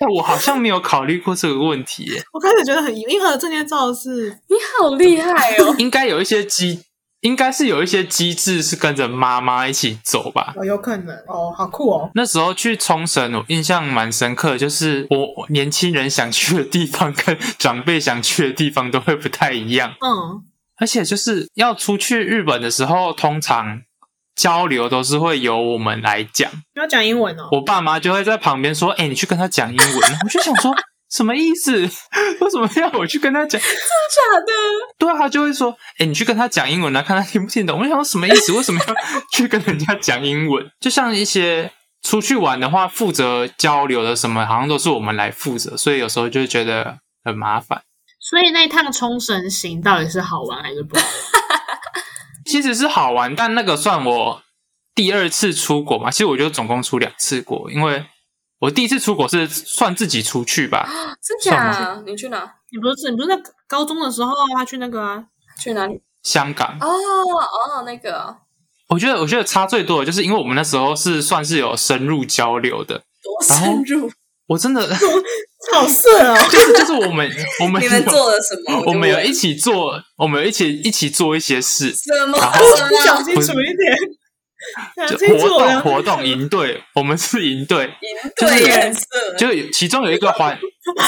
Speaker 4: 哎我好像没有考虑过这个问题耶，
Speaker 2: 我开始觉得很婴儿的证件照是
Speaker 3: 你好厉害 哦！
Speaker 4: 应该有一些机，应该是有一些机制是跟着妈妈一起走吧。
Speaker 2: 哦，有可能哦，好酷哦。
Speaker 4: 那时候去冲绳，我印象蛮深刻的，就是我我年轻人想去的地方跟长辈想去的地方都会不太一样，
Speaker 2: 嗯，
Speaker 4: 而且就是要出去日本的时候，通常交流都是会由我们来讲，
Speaker 2: 要讲英文哦。
Speaker 4: 我爸妈就会在旁边说：“哎、你去跟他讲英文。”我就想说。什么意思？为什么要我去跟他讲？
Speaker 3: 假的，
Speaker 4: 对啊，他就会说：“哎、你去跟他讲英文啊，看他听不听懂。”我就想说什么意思？为什么 要去跟人家讲英文？就像一些出去玩的话，负责交流的什么，好像都是我们来负责，所以有时候就会觉得很麻烦。
Speaker 2: 所以那一趟冲绳行到底是好玩还是不好玩？
Speaker 4: 其实是好玩，但那个算我第二次出国嘛。其实我就总共出两次国，因为我第一次出国是算自己出去吧，
Speaker 3: 真
Speaker 4: 算
Speaker 3: 假？你去哪？
Speaker 2: 你不是你不是在高中的时候啊，他去那个啊，
Speaker 3: 去哪里？
Speaker 4: 香港。
Speaker 3: 哦哦，那个哦
Speaker 4: 我觉得，我觉得差最多的就是因为我们那时候是算是有深入交流的。
Speaker 3: 多
Speaker 4: 然后
Speaker 3: 深入，
Speaker 4: 我真的
Speaker 2: 好色哦！
Speaker 4: 就是就是我们我们
Speaker 3: 你们
Speaker 4: 有
Speaker 3: 做了什么？
Speaker 4: 我们有
Speaker 3: 就问
Speaker 4: 一起做，我们有一起一起做一些事，
Speaker 3: 什么
Speaker 4: 然后
Speaker 3: 什
Speaker 2: 不讲
Speaker 3: 么
Speaker 2: 清楚一点，
Speaker 4: 就
Speaker 2: 讲清
Speaker 4: 活
Speaker 2: 楚
Speaker 4: 动
Speaker 2: 啊了。
Speaker 4: 活动营队，我们是营队，
Speaker 3: 营
Speaker 4: 就是
Speaker 3: 队颜色，
Speaker 4: 就有其中有一个环，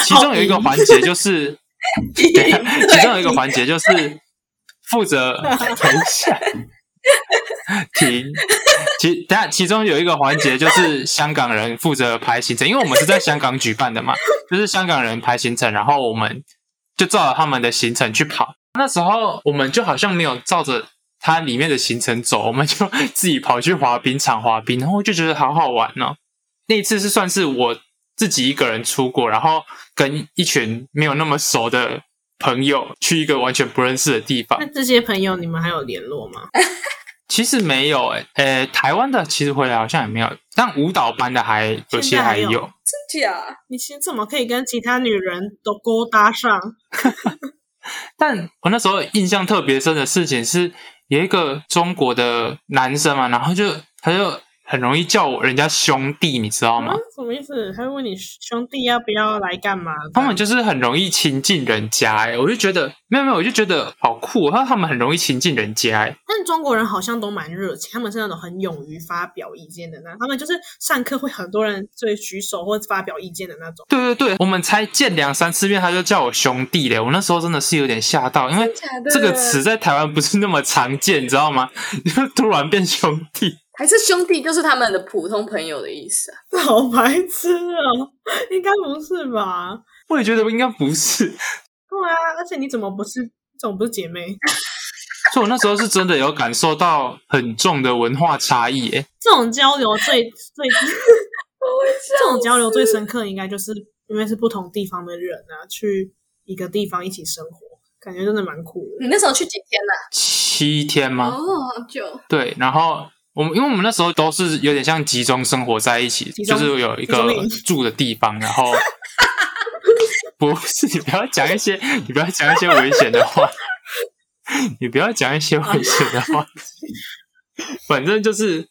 Speaker 4: 其中有一个环 节就是，对，其中有一个环节就是负责等一下停。其等一下，其中有一个环节就是香港人负责排行程，因为我们是在香港举办的嘛，就是香港人排行程，然后我们就照着他们的行程去跑。那时候我们就好像没有照着它里面的行程走，我们就 自己跑去滑冰场滑冰，然后就觉得好好玩哦。那一次是算是我自己一个人出国，然后跟一群没有那么熟的朋友去一个完全不认识的地方
Speaker 2: 那。这些朋友你们还有联络吗？
Speaker 4: 其实没有、欸，诶、台湾的其实回来好像也没有，但舞蹈班的还有
Speaker 2: 现
Speaker 4: 些
Speaker 2: 在还
Speaker 4: 还
Speaker 2: 有
Speaker 4: 有。
Speaker 3: 真假？
Speaker 2: 你其实怎么可以跟其他女人都勾搭上？
Speaker 4: 但我那时候印象特别深的事情是，有一个中国的男生嘛，然后就他就很容易叫我人家兄弟，你知道吗？
Speaker 2: 啊什么意思？他会问你兄弟要不要来干嘛？
Speaker 4: 他们就是很容易亲近人家、欸，我就觉得没有没有，我就觉得好酷哦、他他们很容易亲近人家、欸，
Speaker 2: 但中国人好像都蛮热情，他们是那种很勇于发表意见的那，他们就是上课会很多人最举手或发表意见的那种。
Speaker 4: 对对对，我们才见两三次面，他就叫我兄弟嘞。我那时候真的是有点吓到，因为
Speaker 3: 真假的
Speaker 4: 这个词在台湾不是那么常见，你知道吗？ 就突然变兄弟，
Speaker 3: 还是兄弟，就是他们的普通朋友的意思啊。
Speaker 2: 好白痴哦，应该不是吧？
Speaker 4: 我也觉得应该不是。
Speaker 2: 对啊，而且你怎么不是？怎么不是姐妹？
Speaker 4: 所以我那时候是真的有感受到很重的文化差异，诶，
Speaker 2: 这种交流最 最这种交流最深刻，应该就是因为是不同地方的人啊，去一个地方一起生活，感觉真的蛮酷的。
Speaker 3: 你那时候去几天啊呢、
Speaker 4: 七天吗？
Speaker 3: 哦，好久。
Speaker 4: 对，然后我们因为我们那时候都是有点像集中生活在一起，
Speaker 2: 集
Speaker 4: 就
Speaker 2: 中
Speaker 4: 是有一
Speaker 2: 集中
Speaker 4: 个
Speaker 2: 营
Speaker 4: 住的地方，然 后不是你不要讲一些你不要讲一些危险的话，你不要讲一些危险的
Speaker 2: 哦
Speaker 4: 话，反正就是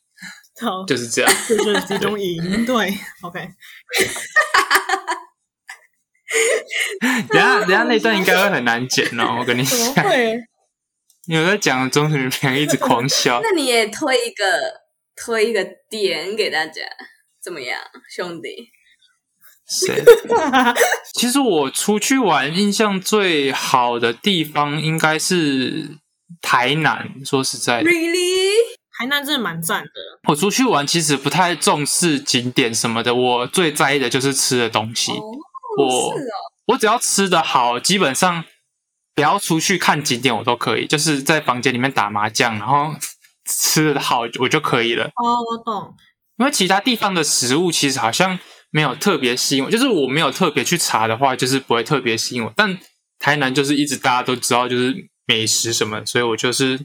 Speaker 2: 好，
Speaker 4: 就是这 样。
Speaker 2: 这就是集中营。对，OK，
Speaker 4: 等一下等一下那段应该会很难剪哦，我跟你
Speaker 2: 怎么
Speaker 4: 讲，
Speaker 2: 会？
Speaker 4: 因为我在讲的中途你们一直狂 笑，
Speaker 3: 那你也推一个推一个点给大家，怎么样，兄弟？
Speaker 4: 谁？其实我出去玩印象最好的地方应该是台南。说实在的，
Speaker 3: Really？
Speaker 2: 海南真的蛮赞的。
Speaker 4: 我出去玩其实不太重视景点什么的，我最在意的就是吃的东西。
Speaker 3: 哦，
Speaker 4: 我
Speaker 3: 是哦，
Speaker 4: 我只要吃的好，基本上不要出去看景点我都可以，就是在房间里面打麻将，然后吃的好我就可以了。
Speaker 2: 哦，我懂。
Speaker 4: 因为其他地方的食物其实好像没有特别吸引我，就是我没有特别去查的话，就是不会特别吸引我。但台南就是一直大家都知道，就是美食什么，所以我就是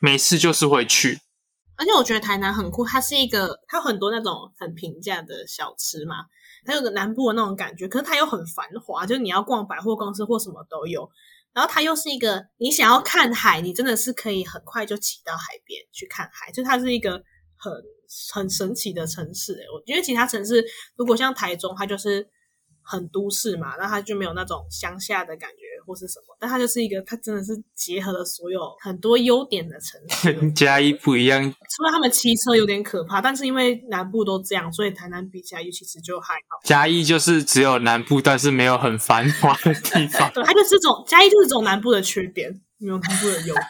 Speaker 4: 没事就是会去。
Speaker 2: 而且我觉得台南很酷，它是一个它有很多那种很平价的小吃嘛，它有个南部的那种感觉，可是它又很繁华，就是你要逛百货公司或什么都有。然后它又是一个你想要看海，你真的是可以很快就骑到海边去看海，就它是一个很很神奇的城市、欸。我因为其他城市如果像台中，它就是很都市嘛，那它就没有那种乡下的感觉或是什么，但它就是一个它真的是结合了所有很多优点的城市。
Speaker 4: 跟嘉义不一样，
Speaker 2: 除了他们骑车有点可怕，但是因为南部都这样，所以台南比起来其实就还好。，
Speaker 4: 嘉义就是只有南部，但是没有很繁华的地方
Speaker 2: 对，它就是这种嘉义就是这种南部的缺点，没有南部的优点。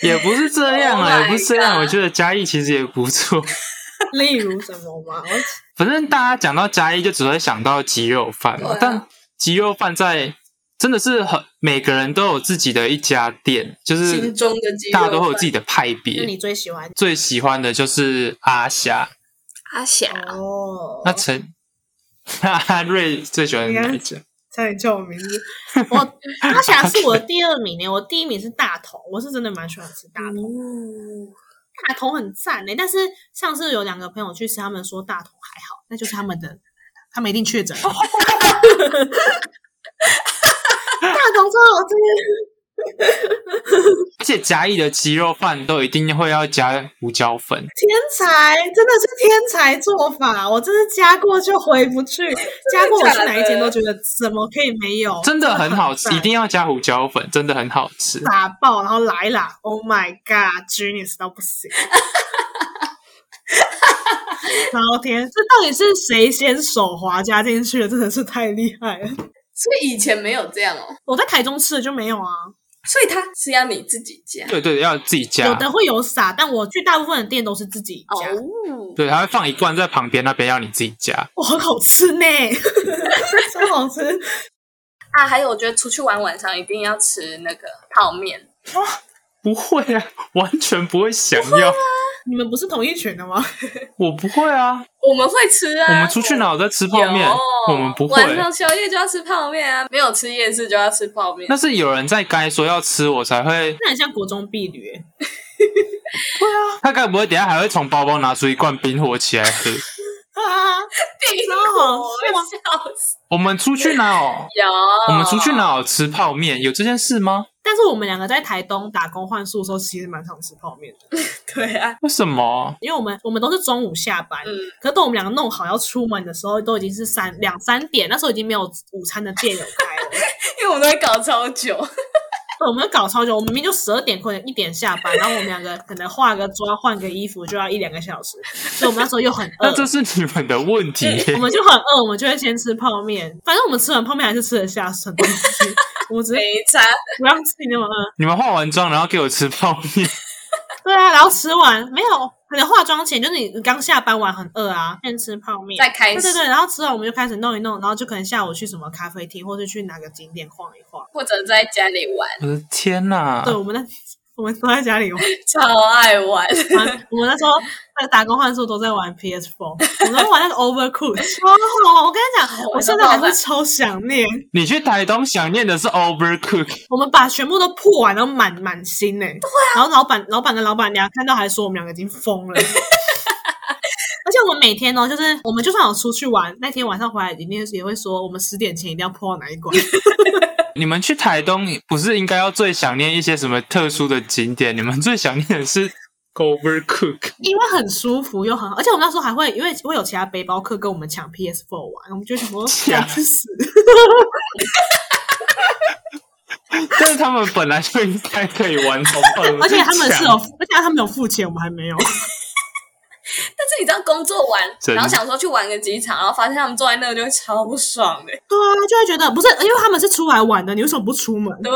Speaker 4: 也不是这样
Speaker 3: Oh my
Speaker 4: 啊，也不是这样。
Speaker 3: God
Speaker 4: 我觉得嘉义其实也不错。
Speaker 2: 例如什么嘛，我
Speaker 4: 反正大家讲到嘉义，就只会想到鸡肉饭嘛。
Speaker 3: 对啊
Speaker 4: 但鸡肉饭在真的是很每个人都有自己的一家店，就是
Speaker 3: 心中的肌肉
Speaker 4: 大家都会有自己的派
Speaker 2: 那
Speaker 4: 别。
Speaker 2: 你最喜欢
Speaker 4: 最喜欢的就是阿霞，
Speaker 3: 阿霞，
Speaker 2: 哦
Speaker 4: 那陈 那阿瑞最喜欢哪一家？
Speaker 2: 差点叫我名字，我阿霞是我的第二名呢，我第一名是大同，我是真的蛮喜欢吃大同的。
Speaker 3: 哦，
Speaker 2: 大同很赞呢、但是上次有两个朋友去吃，他们说大同还好，那就是他们的，他们一定确 诊了。大同之后，我真
Speaker 4: 而且嘉义的鸡肉饭都一定会要加胡椒粉，
Speaker 2: 天才，真的是天才做法，我真是加过就回不去，加过我去哪一间都觉得怎么可以没有，
Speaker 4: 真的很好吃，
Speaker 2: 赞
Speaker 4: 一定要加胡椒粉，真的很好吃。
Speaker 2: 打爆，然后来啦，Oh my God，genius 到不行。老天，这到底是谁先手滑加进去的？真的是太厉害了！
Speaker 3: 所以以前没有这样哦，
Speaker 2: 我在台中吃的就没有啊，
Speaker 3: 所以它是要你自己加
Speaker 4: 对对，要自己
Speaker 2: 有
Speaker 4: 加。
Speaker 2: 的会有撒，但我去大部分的店都是自己
Speaker 3: 哦
Speaker 2: 加。，
Speaker 4: 对，还会放一罐在旁边，那边要你自己加。
Speaker 2: 哇，很好吃呢， 超好吃！
Speaker 3: 啊，还有我觉得出去玩晚上一定要吃那个泡面，
Speaker 4: 不会啊，完全不会想要，
Speaker 2: 你们不是同一群的吗？
Speaker 4: 我不会啊。
Speaker 3: 我们会吃啊，
Speaker 4: 我们出去哪有在吃泡
Speaker 2: 啊
Speaker 4: 面？
Speaker 3: 有
Speaker 4: 我们不会。
Speaker 3: 晚上宵夜就要吃泡面啊，没有吃夜市就要吃泡面
Speaker 4: 那。是有人在该说要吃，我才会。
Speaker 2: 那很像国中婢女欸，
Speaker 4: 他该不会等一下还会从包包拿出一罐冰火起来喝？
Speaker 2: 啊，超好
Speaker 3: 哦
Speaker 2: 笑！
Speaker 3: 笑死！
Speaker 4: 我们出去哪有？
Speaker 3: 有
Speaker 4: 我们出去哪有吃泡面？有这件事吗？
Speaker 2: 但是我们两个在台东打工换宿的时候，其实蛮常吃泡面的。
Speaker 3: 对啊，
Speaker 4: 为什么？
Speaker 2: 因为我们我们都是中午下班，
Speaker 3: 嗯
Speaker 2: 可是等我们两个弄好要出门的时候，都已经是三两三点，那时候已经没有午餐的店有开了。
Speaker 3: 因为我们都会搞超久，
Speaker 2: 对我们就搞超久，我们明明就十二点或者一点下班，然后我们两个可能化个妆、换个衣服就要一两个小时，所以我们那时候又很
Speaker 4: 那
Speaker 2: 饿。
Speaker 4: 这是你们的问题耶。
Speaker 2: 嗯我们就很饿，我们就会先吃泡面。反正我们吃完泡面还是吃得下很多东西， 我们只是
Speaker 3: 没差。
Speaker 2: 不让自己那么饿。
Speaker 4: 你们化完妆然后给我吃泡面，
Speaker 2: 对啊，然后吃完没有？可能化妆前就是你你刚下班完很饿啊，先吃泡面，
Speaker 3: 再开始
Speaker 2: 对对对，然后吃完我们就开始弄一弄，然后就可能下午去什么咖啡厅，或者去哪个景点晃一晃。
Speaker 3: 或者在家里玩，
Speaker 4: 我的天哪！
Speaker 2: 对，我们那我们都在家 里玩，
Speaker 3: 超爱玩。
Speaker 2: 玩我们那时候那个打工换宿都在玩 PS4，我们都玩那个 Overcooked，超 哦好！我跟你讲，我现在还会超想念。
Speaker 4: 你去台东想念的是 Overcook，
Speaker 2: 我们把全部都破完，然后满满心呢、然后老板、老板跟老板娘看到还说我们两个已经疯了。而且我们每天哦，就是我们就算有出去玩，那天晚上回来一定也会说，我们十点前一定要破到哪一关。
Speaker 4: 你们去台东不是应该要最想念一些什么特殊的景点？你们最想念的是 Overcook。
Speaker 2: 因为很舒服又很好，而且我们那时候还会因为会有其他背包客跟我们抢 PS4 玩，我们就想说
Speaker 4: 抢
Speaker 2: 想去死。
Speaker 4: 但是他们本来就应该可以玩好 不好
Speaker 2: 而且他们是有，而且他们有付钱，我们还没有。
Speaker 3: 但是你知道，工作完，
Speaker 4: 真的
Speaker 3: 然后想说去玩个几场，然后发现他们坐在那就会超不爽的。
Speaker 2: 对啊，就会觉得不是，因为他们是出来玩的，你为什么不出门？
Speaker 3: 对，
Speaker 2: 因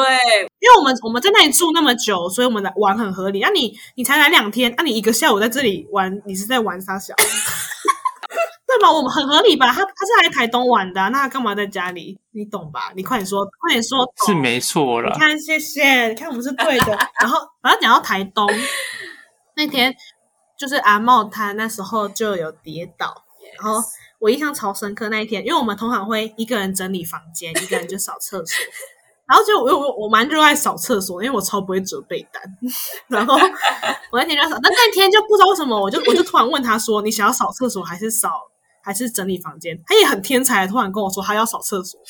Speaker 2: 为我们我们在那里住那么久，所以我们来玩很合理。那、啊你你才来两天，那、啊你一个下午在这里玩，你是在玩啥小？ 对吧？我们很合理吧？他他是来台东玩的啊、那他干嘛在家里？你懂吧？你快点说，快点说。
Speaker 4: 是
Speaker 2: 懂
Speaker 4: 没错
Speaker 2: 你
Speaker 4: 啦。
Speaker 2: 看，谢谢，你看我们是对的。然后，然后讲到台东那天，就是阿茂他那时候就有跌倒，然后我印象超深刻那一天，因为我们通常会一个人整理房间，一个人就扫厕所。然后就我我我蛮热爱扫厕所，因为我超不会折被单。然后我那天就扫，但那天就不知道为什么，我就我就突然问他说：“你想要扫厕所还是扫还是整理房间？”他也很天才，突然跟我说他要扫厕所。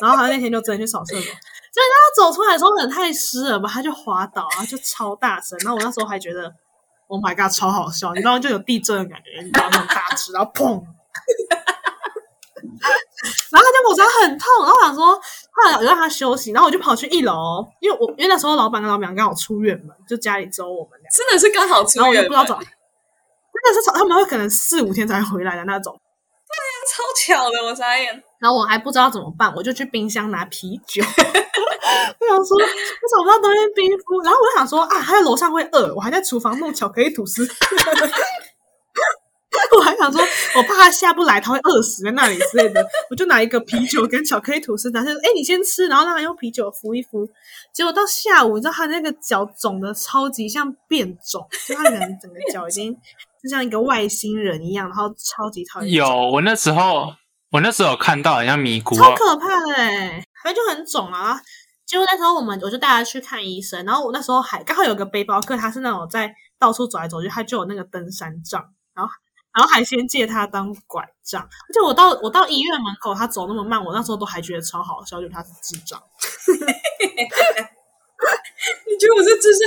Speaker 2: 然后他那天就真的去扫厕所，就他走出来的时候人太湿了吧，他就滑倒啊，就超大声。然后我那时候还觉得，Oh my god，超好笑，你知道就有地震的感觉，你知道那种大只，然后砰。 然后他就跟我说他很痛，然后我想说，后来我就让他休息，然后我就跑去一楼，因为我因为那时候老板跟老板娘刚好出远门，就家里只有我们俩，
Speaker 3: 真的是刚好出
Speaker 2: 然后我就
Speaker 3: 远
Speaker 2: 不知道
Speaker 3: 门，
Speaker 2: 怎么，真的是他们会可能四五天才回来的那种，
Speaker 3: 超巧的，我傻眼。
Speaker 2: 然后我还不知道怎么办，我就去冰箱拿啤酒。 我想说，我找不到东西冰敷，然后我就想说啊，他在楼上会饿，我还在厨房弄巧克力吐司。 我还想说，我怕他下不来，他会饿死在那里之类的，我就拿一个啤酒跟巧克力吐司，然后说：“哎、你先吃。”然后让他用啤酒敷一敷。结果到下午，你知道他那个脚肿的超级像变肿，就他人整个脚已经就像一个外星人一样，然后超级讨厌。
Speaker 4: 有，我那时候，我那时候有看到，好像米谷
Speaker 2: 超
Speaker 4: 啊，
Speaker 2: 可怕的、欸，反正就很肿啊。结果那时候我们我就带他去看医生，然后我那时候还刚好有个背包客，他是那种在到处走来走去，他就有那个登山杖，然后然后还先借他当拐杖。而且我到我到医院门口，他走那么慢，我那时候都还觉得超好笑，就他是智障。
Speaker 3: 结果就只是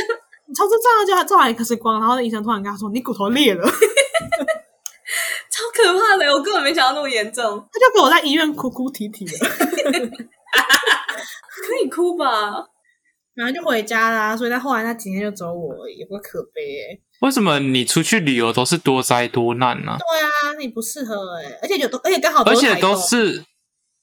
Speaker 2: 超车撞了就还撞了一个是光，然后那医生突然跟他说：“你骨头裂了。”
Speaker 3: 超可怕的，我根本没想到那么严重。
Speaker 2: 他就给我在医院哭哭啼啼的，
Speaker 3: 可以哭吧？
Speaker 2: 然后就回家啦。所以他后来那几天就走我而已，有个可悲、欸。
Speaker 4: 为什么你出去旅游都是多灾多难呢、
Speaker 2: 对啊，你不适合哎、而且有都而且刚好
Speaker 4: 而
Speaker 2: 是
Speaker 4: 且
Speaker 2: 台
Speaker 4: 都
Speaker 2: 东
Speaker 4: 是，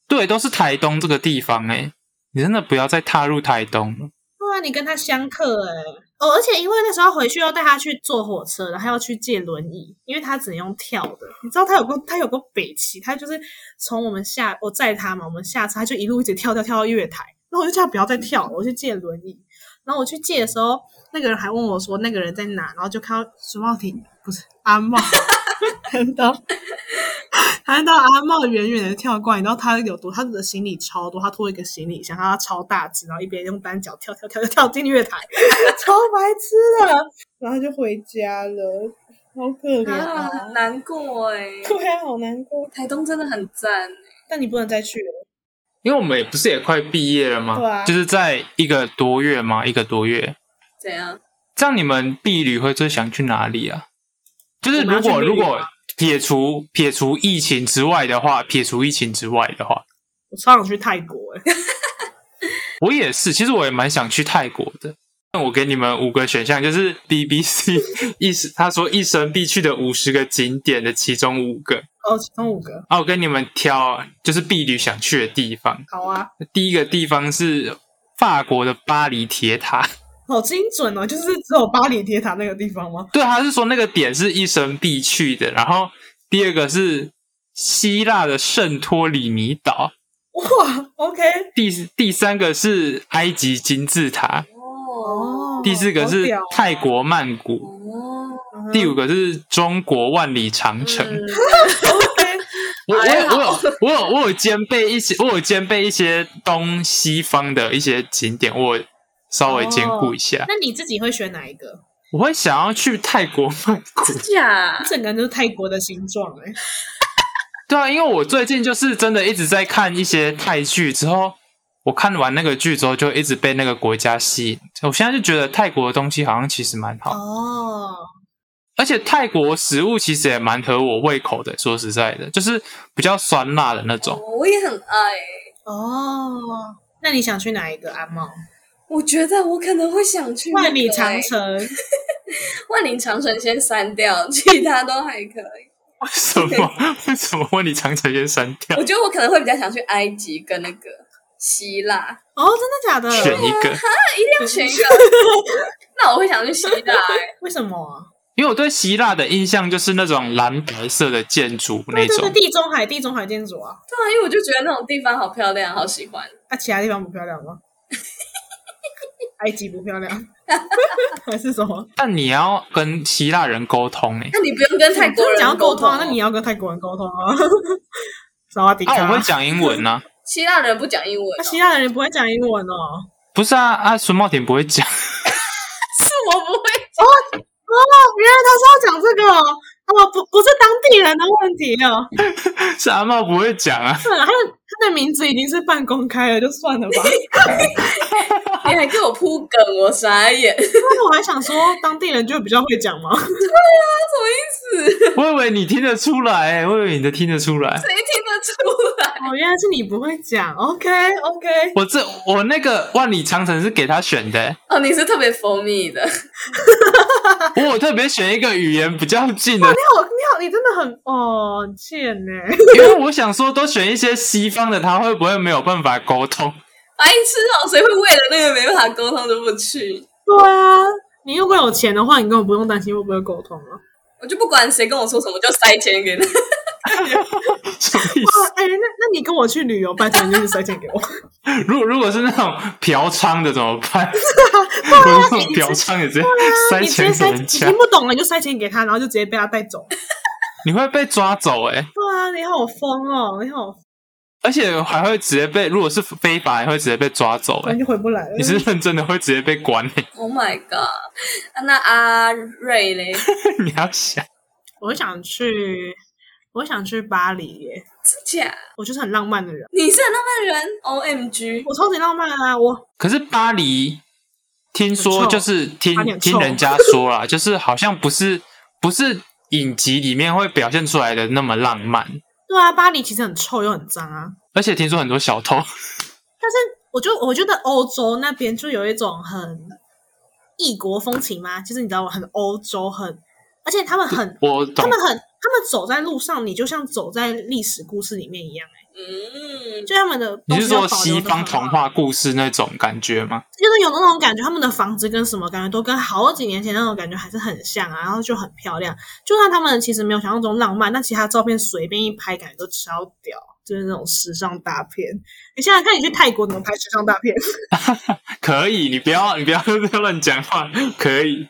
Speaker 4: 对，都是台东这个地方哎、你真的不要再踏入台东了。
Speaker 2: 对啊，你跟他相克哎、哦，而且因为那时候回去要带他去坐火车，然后要去借轮椅，因为他只能用跳的。你知道他有个他有个北齐，他就是从我们下我载他嘛，我们下车他就一路一直跳跳跳到月台，然后我就叫他不要再跳了，我去借轮椅。然后我去借的时候，那个人还问我说那个人在哪，然后就看到熊茂婷不是阿茂， 看到看到阿茂远远的跳过来，你知道他有多？他的行李超多，他拖一个行李箱，他超大只，然后一边用单脚跳跳跳跳跳进月台， 超白痴的。然后就回家了，好可怜
Speaker 3: 啊，
Speaker 2: 啊！
Speaker 3: 难过哎、
Speaker 2: 对啊，好难过。
Speaker 3: 台东真的很赞，
Speaker 2: 但你不能再去了，
Speaker 4: 因为我们也不是也快毕业了吗？
Speaker 2: 对啊
Speaker 4: 就是在一个多月嘛，一个多月。
Speaker 3: 怎样？
Speaker 4: 这样你们避旅会最想去哪里啊？就是
Speaker 2: 我们
Speaker 4: 如
Speaker 2: 要
Speaker 4: 果
Speaker 2: 去
Speaker 4: 如
Speaker 2: 避旅啊
Speaker 4: 果撇除撇除疫情之外的话，撇除疫情之外的话，
Speaker 2: 我超想去泰国哎、
Speaker 4: 我也是，其实我也蛮想去泰国的。那我给你们五个选项，就是 BBC 一时他说一生必去的五十个景点的其中五个。
Speaker 2: 哦，其中五个，
Speaker 4: 啊，我跟你们挑就是避旅想去的地方。
Speaker 2: 好啊，
Speaker 4: 第一个地方是法国的巴黎铁塔，
Speaker 2: 好精准哦，就是只有巴黎铁塔那个地方吗？
Speaker 4: 对，他是说那个点是一生必去的。然后第二个是希腊的圣托里尼岛，
Speaker 2: 哇，OK，
Speaker 4: 第第三个是埃及金字塔，
Speaker 3: 哦
Speaker 2: 哦，
Speaker 4: 第四个
Speaker 2: 好
Speaker 4: 是
Speaker 2: 屌哦
Speaker 4: 泰国曼谷，
Speaker 3: 哦，
Speaker 2: 嗯哼
Speaker 4: 第五个是中国万里长城。
Speaker 2: ，OK，
Speaker 3: 嗯
Speaker 4: 我我
Speaker 3: 还
Speaker 4: 有
Speaker 3: 好
Speaker 4: 我有我有我有兼备一些，我有兼备一些东西方的一些景点，我有稍微兼顾一下。
Speaker 2: 那你自己会选哪一个？
Speaker 4: 我会想要去泰国曼谷，
Speaker 3: 假
Speaker 2: 整个人就是泰国的形状哎、
Speaker 4: 对啊，因为我最近就是真的一直在看一些泰剧，之后我看完那个剧之后，就一直被那个国家吸引。我现在就觉得泰国的东西好像其实蛮好，
Speaker 2: 哦，
Speaker 4: 而且泰国食物其实也蛮合我胃口的。说实在的，就是比较酸辣的那种。
Speaker 3: 我也很爱。
Speaker 2: 哦，那你想去哪一个？阿茂，
Speaker 3: 我觉得我可能会想去那个
Speaker 2: 万里长
Speaker 3: 欸，
Speaker 2: 城，
Speaker 3: 万里长城先删掉，其他都还可以。
Speaker 2: 哦
Speaker 4: 为什么？ 为什么问你长城先删 掉？
Speaker 3: 我觉得我可能会比较想去埃及跟那个希 腊，
Speaker 2: 哦，真的假的？
Speaker 4: 选一个，
Speaker 3: 一定要选一个。那我会想去希腊、欸，
Speaker 2: 为什么啊？
Speaker 4: 因为我对希腊的印象就是那种蓝白色的建筑那
Speaker 2: 对对对，
Speaker 4: 种。
Speaker 2: 地中海，地中海建筑啊，
Speaker 3: 对啊，因为我就觉得那种地方好漂亮，好喜欢。
Speaker 2: 啊，其他地方不漂亮吗？埃及不漂 亮，还是什么？
Speaker 4: 但你要跟希腊人沟通欸诶、
Speaker 3: 那你不用跟泰国人
Speaker 2: 讲要沟通
Speaker 3: 通
Speaker 2: 啊，那你要跟泰国人沟通啊。 萨瓦迪卡，
Speaker 4: 啊，我会讲英文啊，
Speaker 3: 希腊人不讲英文哦、
Speaker 2: 那希腊人不会讲英文哦。哦，
Speaker 4: 不是啊啊，孙茂田不会讲，
Speaker 3: 是我不会
Speaker 2: 哦原来他是要讲这个哦，哦，不不是当地人的问题哦。
Speaker 4: 是阿茂不会讲啊。
Speaker 2: 对了，他的他的名字已经是半公开了，就算 了吧。
Speaker 3: 你还给我铺梗，我傻 眼，什
Speaker 2: 但是我还想说，当地人就比较会讲嘛。
Speaker 3: 么意思？
Speaker 4: 我以为你听得出来、欸，我以为你都听得出来。
Speaker 3: 谁听得出来？
Speaker 2: 哦，原来是你不会讲，OK OK，
Speaker 4: 我这我那个万里长城是给他选的欸、
Speaker 3: 哦，你是特别 for me 的，
Speaker 4: 我有特别选一个语言比较近的，
Speaker 2: 你好你好，你真的很哦很贱呢。
Speaker 4: 因为我想说都选一些西方的，他会不会没有办法沟通？
Speaker 3: 白痴哦、谁会为了那个没办法沟通就不去？
Speaker 2: 对啊，你如果有钱的话，你根本不用担心会不会沟通啊。
Speaker 3: 我就不管谁跟我说什么，就塞钱给他。
Speaker 4: 什么意思？
Speaker 2: 哇，哎、那那你跟我去旅游，拜托你就是塞钱给 我。
Speaker 4: 如果如果是那种嫖娼的怎么 办？如果是那种嫖娼，你直接塞
Speaker 2: 你直接
Speaker 4: 钱
Speaker 2: 塞，
Speaker 4: 给人
Speaker 2: 你
Speaker 4: 家
Speaker 2: 听，不懂了你就塞钱给他，然后就直接被他带走。
Speaker 4: 你会被抓走哎、
Speaker 2: 对啊，你好疯哦，你好，
Speaker 4: 而且还会直接被，如果是非法，你会直接被抓走
Speaker 2: 不
Speaker 4: 哎、
Speaker 2: 然就回不哦来了。
Speaker 4: 你是认真的，会直接被关哎、
Speaker 3: Oh my god！啊那阿瑞嘞，
Speaker 4: 你要想，
Speaker 2: 我想去，我想去巴黎耶，
Speaker 3: 真假？
Speaker 2: 我就是很浪漫的人。
Speaker 3: 你是很浪漫的人，O M G！
Speaker 2: 我超级浪漫啊！我
Speaker 4: 可是巴黎听说
Speaker 2: 很臭
Speaker 4: 就是听
Speaker 2: 有点
Speaker 4: 听
Speaker 2: 臭
Speaker 4: 人家说啦，就是好像不是不是影集里面会表现出来的那么浪漫，
Speaker 2: 对啊，巴黎其实很臭又很脏啊。
Speaker 4: 而且听说很多小偷，
Speaker 2: 但是我就我觉得欧洲那边就有一种很异国风情嘛，就是你知道吗？很欧洲，很而且他们很
Speaker 4: 我
Speaker 2: 他
Speaker 4: 懂
Speaker 2: 们很他们走在路上，你就像走在历史故事里面一样、
Speaker 3: 嗯，
Speaker 2: 就他们的
Speaker 4: 你
Speaker 2: 东
Speaker 4: 是
Speaker 2: 西都
Speaker 4: 说
Speaker 2: 保留
Speaker 4: 西
Speaker 2: 得
Speaker 4: 方
Speaker 2: 很
Speaker 4: 童
Speaker 2: 好
Speaker 4: 话故事那种感觉吗？
Speaker 2: 就是有那种感觉，他们的房子跟什么感觉都跟好几年前那种感觉还是很像啊，然后就很漂亮。就算他们其实没有想象中浪漫，但其他照片随便一拍，感觉都超屌，就是那种时尚大片。你想想看，你去泰国怎么拍时尚大片？
Speaker 4: 可以，你不要 你不要乱讲话，可以。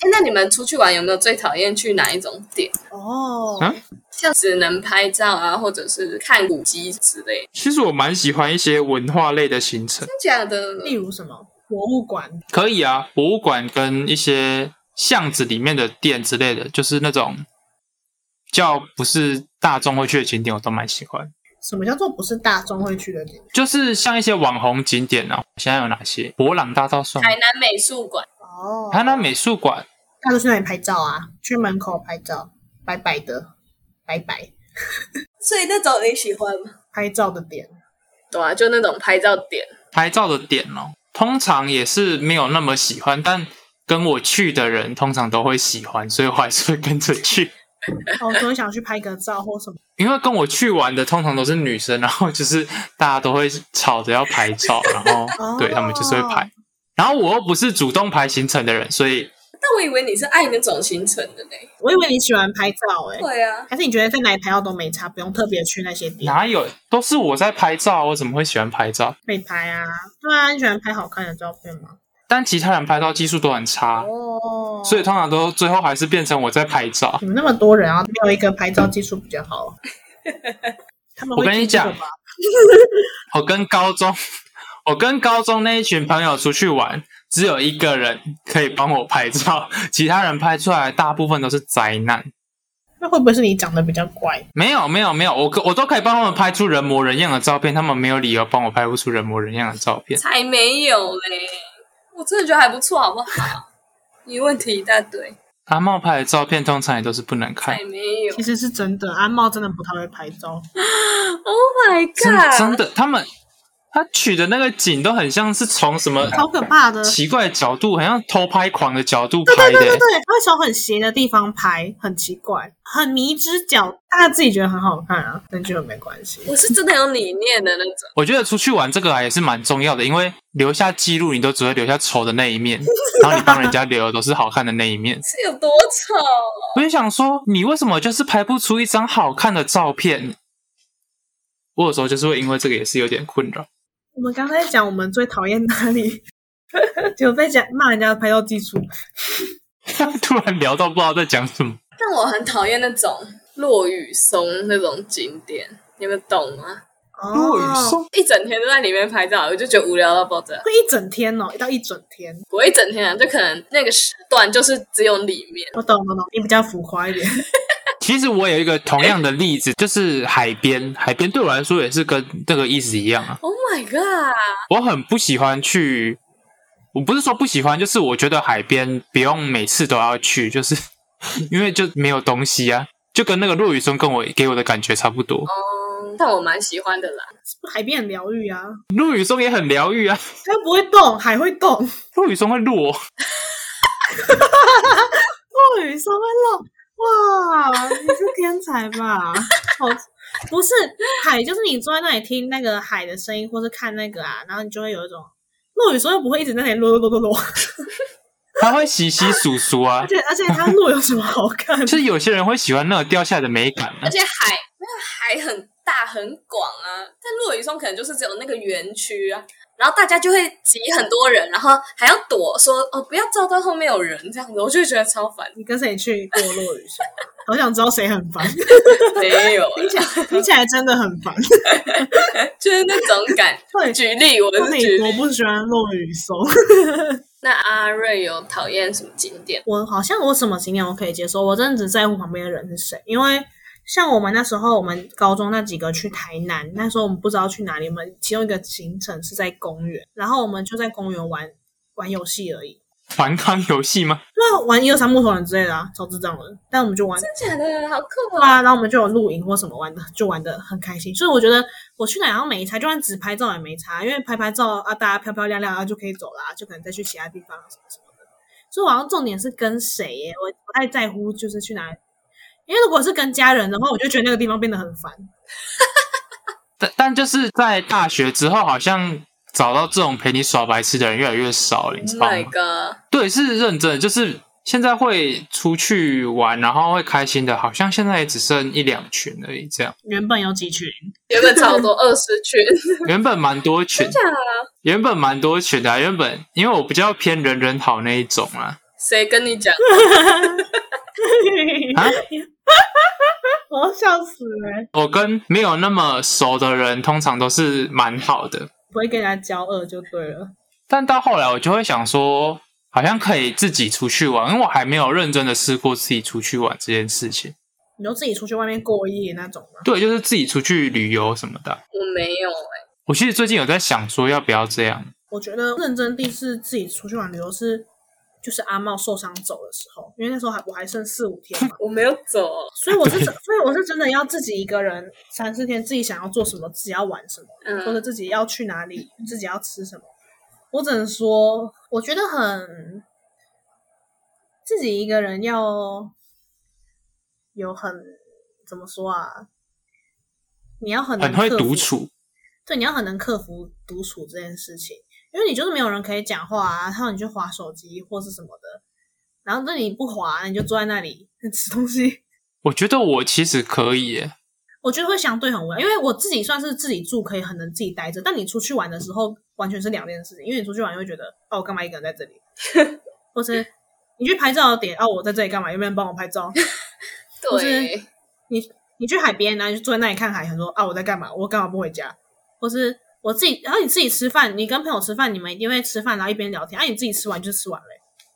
Speaker 3: 哎，那你们出去玩有没有最讨厌去哪一种点？
Speaker 2: 哦，
Speaker 4: 嗯
Speaker 3: 像只能拍照啊，或者是看古迹之类，
Speaker 4: 其实我蛮喜欢一些文化类的行程，
Speaker 3: 真假的？
Speaker 2: 例如什么博物馆？
Speaker 4: 可以啊，博物馆跟一些巷子里面的店之类的，就是那种比较不是大众会去的景点，我都蛮喜欢。
Speaker 2: 什么叫做不是大众会去的地方？
Speaker 4: 就是像一些网红景点啊，现在有哪些？博朗大道算吗
Speaker 3: 台南美术馆，
Speaker 2: 哦
Speaker 4: 台南美术馆，
Speaker 2: 大家都去那里拍照啊？去门口拍照，白白的，白白
Speaker 3: 所以那种你喜欢吗？
Speaker 2: 拍照的 点。
Speaker 3: 对啊，就那种拍照点。
Speaker 4: 拍照的点哦，通常也是没有那么喜欢，但跟我去的人通常都会喜欢，所以我还是会跟着去。
Speaker 2: 哦，总想去拍个照或什么。
Speaker 4: 因为跟我去玩的通常都是女生，然后就是大家都会吵着要拍照，然
Speaker 2: 哦
Speaker 4: 后对他们就是会拍。然后我又不是主动排行程的人，所以
Speaker 3: 但我以为你是爱那种行程的呢。
Speaker 2: 我以为你喜欢拍照诶、
Speaker 3: 对啊，
Speaker 2: 还是你觉得在哪里拍照都没差，不用特别去那些地
Speaker 4: 哪有都是我在拍照，我怎么会喜欢拍照？
Speaker 2: 被拍啊？对啊，你喜欢拍好看的照片吗？
Speaker 4: 但其他人拍照技术都很差，
Speaker 2: 哦
Speaker 4: 啊所以通常都最后还是变成我在拍照。
Speaker 2: 你们那么多人啊，没有一个拍照技术比较 好。他们会
Speaker 4: 我跟你
Speaker 2: 记这个
Speaker 4: 讲
Speaker 2: 吧
Speaker 4: 我跟高中， 我跟高中那一群朋友出去玩，只有一个人可以帮我拍照， 其他人拍出来大部分都是灾难。
Speaker 2: 那会不会是你长得比较怪？
Speaker 4: 没有没有没有，我可我都可以帮他们拍出人模人样的照片，他们没有理由帮我拍不出人模人样的照片。
Speaker 3: 才没有嘞！我真的觉得还不错，好不好？你问题一大堆，
Speaker 4: 阿茂拍的照片通常也都是不能看
Speaker 3: 才，没有
Speaker 2: 其。实是真的，安茂真的不太会拍
Speaker 4: 啊
Speaker 2: 照。
Speaker 3: Oh my
Speaker 4: 真
Speaker 3: god！
Speaker 4: 真的，他们他取的那个景都很像是从什么
Speaker 2: 好可怕的！
Speaker 4: 奇怪的角度，好像偷拍狂的角度
Speaker 2: 对
Speaker 4: 拍
Speaker 2: 对对
Speaker 4: 的、
Speaker 2: 对对，他会从很斜的地方拍，很奇怪，很迷之角，大家自己觉得很好看啊，那就没关系。
Speaker 3: 我是真的有理念的那种。
Speaker 4: 我觉得出去玩这个啊也是蛮重要的，因为留下记录，你都只会留下丑的那一面，然后你帮人家留的都是好看的那一面。
Speaker 3: 是有多丑？
Speaker 4: 我就想说，你为什么就是拍不出一张好看的照片？我有时候就是会因为这个也是有点困扰。
Speaker 2: 我们刚才讲我们最讨厌哪里， 就被讲骂人家的拍照技术。
Speaker 4: 突然聊到不知道在讲什么，
Speaker 3: 但我很讨厌那种落雨松那种景点，你们懂吗？
Speaker 4: 落雨
Speaker 2: 哦，
Speaker 4: 松
Speaker 3: 一整天都在里面拍照，我就觉得无聊到爆炸。
Speaker 2: 会一整天哦，到一整天。
Speaker 3: 我一整天啊，就可能那个时段就是只有里面。
Speaker 2: 我懂，我懂，你比较浮夸一点。
Speaker 4: 其实我有一个同样的例子，就是海边。海边对我来说也是跟这个意思一样啊。
Speaker 3: Oh my god！
Speaker 4: 我很不喜欢去，我不是说不喜欢，就是我觉得海边不用每次都要去，就是 因为就没有东西啊，就跟那个落雨松跟我给我的感觉差不多。
Speaker 3: 嗯，但我蛮喜欢的啦。
Speaker 2: 海边很疗愈啊，
Speaker 4: 落雨松也很疗愈啊，
Speaker 2: 它又不会动，海会动，
Speaker 4: 落雨松会落，
Speaker 2: 落雨松会漏。哇，你是天才吧？好， 不是海，就是你坐在那里听那个海的声音，或是看那个啊，然后你就会有一种落雨松又不会一直在那里落落落落 落，
Speaker 4: 它会洗洗簌簌啊
Speaker 2: 而。且而且它落有什么好看？。
Speaker 4: 就是有些人会喜欢那种掉下来的美感、啊
Speaker 3: 而，且海那个海很大很广啊，但落羽松可能就是只有那个园区啊，然后大家就会挤很多人，然后还要躲说哦不要照到后面有人这样子，我就觉得超烦
Speaker 2: 你跟谁去过落雨松？好想知道谁很烦，
Speaker 3: 没有啦，
Speaker 2: 听起来听起来真的很烦。
Speaker 3: 就是那种感。
Speaker 2: 对，
Speaker 3: 举例，我是
Speaker 2: 美
Speaker 3: 举
Speaker 2: 国
Speaker 3: 例。
Speaker 2: 不喜欢落雨松。
Speaker 3: 那阿瑞有讨厌什么景点？
Speaker 2: 我好像我什么景点我可以接受，我真的只在乎旁边的人是谁。因为像我们那时候，我们高中那几个去台南，那时候我们不知道去哪里，我们其中一个行程是在公园，然后我们就在公园玩玩游戏而已。
Speaker 4: 环康游戏吗？
Speaker 2: 那玩一二三木头人之类的啊，超智障的。但我们就玩
Speaker 3: 真假的，好酷
Speaker 2: 对
Speaker 3: 啊！
Speaker 2: 啊，然后我们就有露营或什么玩的，就玩的很开心。所以我觉得我去哪然后没差，就算只拍照也没差，因为拍拍照啊，大家漂漂亮亮啊就可以走啦，就可能再去其他地方啊什么什么的。所以我好像重点是跟谁耶，我不太在乎就是去哪里，因为如果是跟家人的话，我就觉得那个地方变得很烦。
Speaker 4: 但但就是在大学之后，好像找到这种陪你耍白痴的人越来越少了，你知
Speaker 3: Oh
Speaker 4: 道吗
Speaker 3: my god！
Speaker 4: 对，是认真的，就是现在会出去玩，然后会开心的，好像现在也只剩一两群而已。这样
Speaker 2: 原本有几群，
Speaker 3: 原本差不多二十群，
Speaker 4: 原本蛮多群，
Speaker 3: 真假的啊
Speaker 4: 原本蛮多群的啊、原本因为我比较偏人人好那一种啊，
Speaker 3: 谁跟你讲？
Speaker 4: 啊，
Speaker 2: 我要笑死了，
Speaker 4: 我跟没有那么熟的人，通常都是蛮好的。
Speaker 2: 不会跟人家交恶就对了。
Speaker 4: 但到后来，我就会想说，好像可以自己出去玩，因为我还没有认真的试过自己出去玩这件事情。
Speaker 2: 你都自己出去外面过夜那种吗？
Speaker 4: 对，就是自己出去旅游什么的啊。
Speaker 3: 我没有，
Speaker 4: 我其实最近有在想说，要不要这样。
Speaker 2: 我觉得认真第一次自己出去玩旅游是，就是阿茂受伤走的时候，因为那时候还我还剩四五天嘛
Speaker 3: 我没有走，
Speaker 2: 所以我是真， 所以我是真的要自己一个人三四天，自己想要做什么，自己要玩什么，
Speaker 3: 嗯
Speaker 2: 或者自己要去哪里，自己要吃什么。我只能说，我觉得很自己一个人要有很怎么说啊，你要很能
Speaker 4: 很会
Speaker 2: 克服
Speaker 4: 独处，
Speaker 2: 对，你要很能克服独处这件事情，因为你就是没有人可以讲话啊，然后你就划手机或是什么的，然后那你不划，你就坐在那里吃东西，
Speaker 4: 我觉得我其实可以耶，
Speaker 2: 我觉得会相对很无聊。因为我自己算是自己住，可以很能自己待着，但你出去玩的时候完全是两件事情，因为你出去玩就会觉得，哦，我干嘛一个人在这里， 或是你去拍照的点，哦，我在这里干嘛？有没有人帮我拍照？不
Speaker 3: 对
Speaker 2: 是，你去海边，然后你就坐在那里看海，想说啊我在干嘛？我干嘛不回家？或是我自己，然后你自己吃饭，你跟朋友吃饭，你们一定会吃饭，然后一边聊天。啊，你自己吃完就吃完了，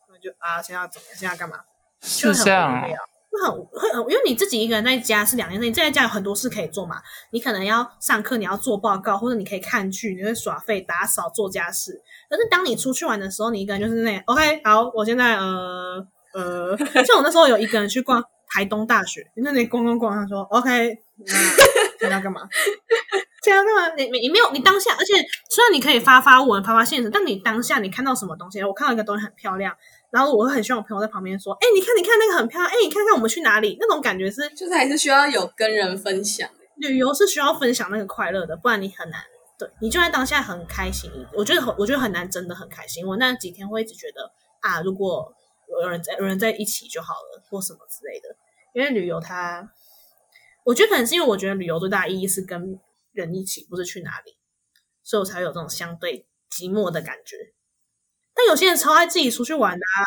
Speaker 2: 那就啊，现在要怎么样？现在要干嘛？就是很
Speaker 4: 这样
Speaker 2: 无
Speaker 4: 哦
Speaker 2: 聊。就很会很，因为你自己一个人在家是两件事情，自己在家有很多事可以做嘛。你可能要上课，你要做报告，或者你可以看剧，你会耍废、打扫、做家事。可是当你出去玩的时候，你一个人就是那 OK，好，我现在呃呃，像我那时候有一个人去逛台东大学，那里逛逛逛，他说 OK，那现在要干嘛？现在要干嘛？你你你没有你当下，而且虽然你可以发发文、发发现实，但你当下你看到什么东西？我看到一个东西很漂亮，然后我会很希望我朋友在旁边说：“哎、你看你看那个很漂亮，哎、你看看我们去哪里？”那种感觉是
Speaker 3: 就是还是需要有跟人分享。啊
Speaker 2: 旅游是需要分享那个快乐的，不然你很难。对你就在当下很开心，我觉得很，我觉得很难，真的很开心。我那几天会一直觉得啊，如果有人在有人在一起就好了，或什么之类的。因为旅游它，我觉得可能是因为我觉得旅游最大的意义是跟人一起，不是去哪里，所以我才会有这种相对寂寞的感觉。但有些人超爱自己出去玩的啊，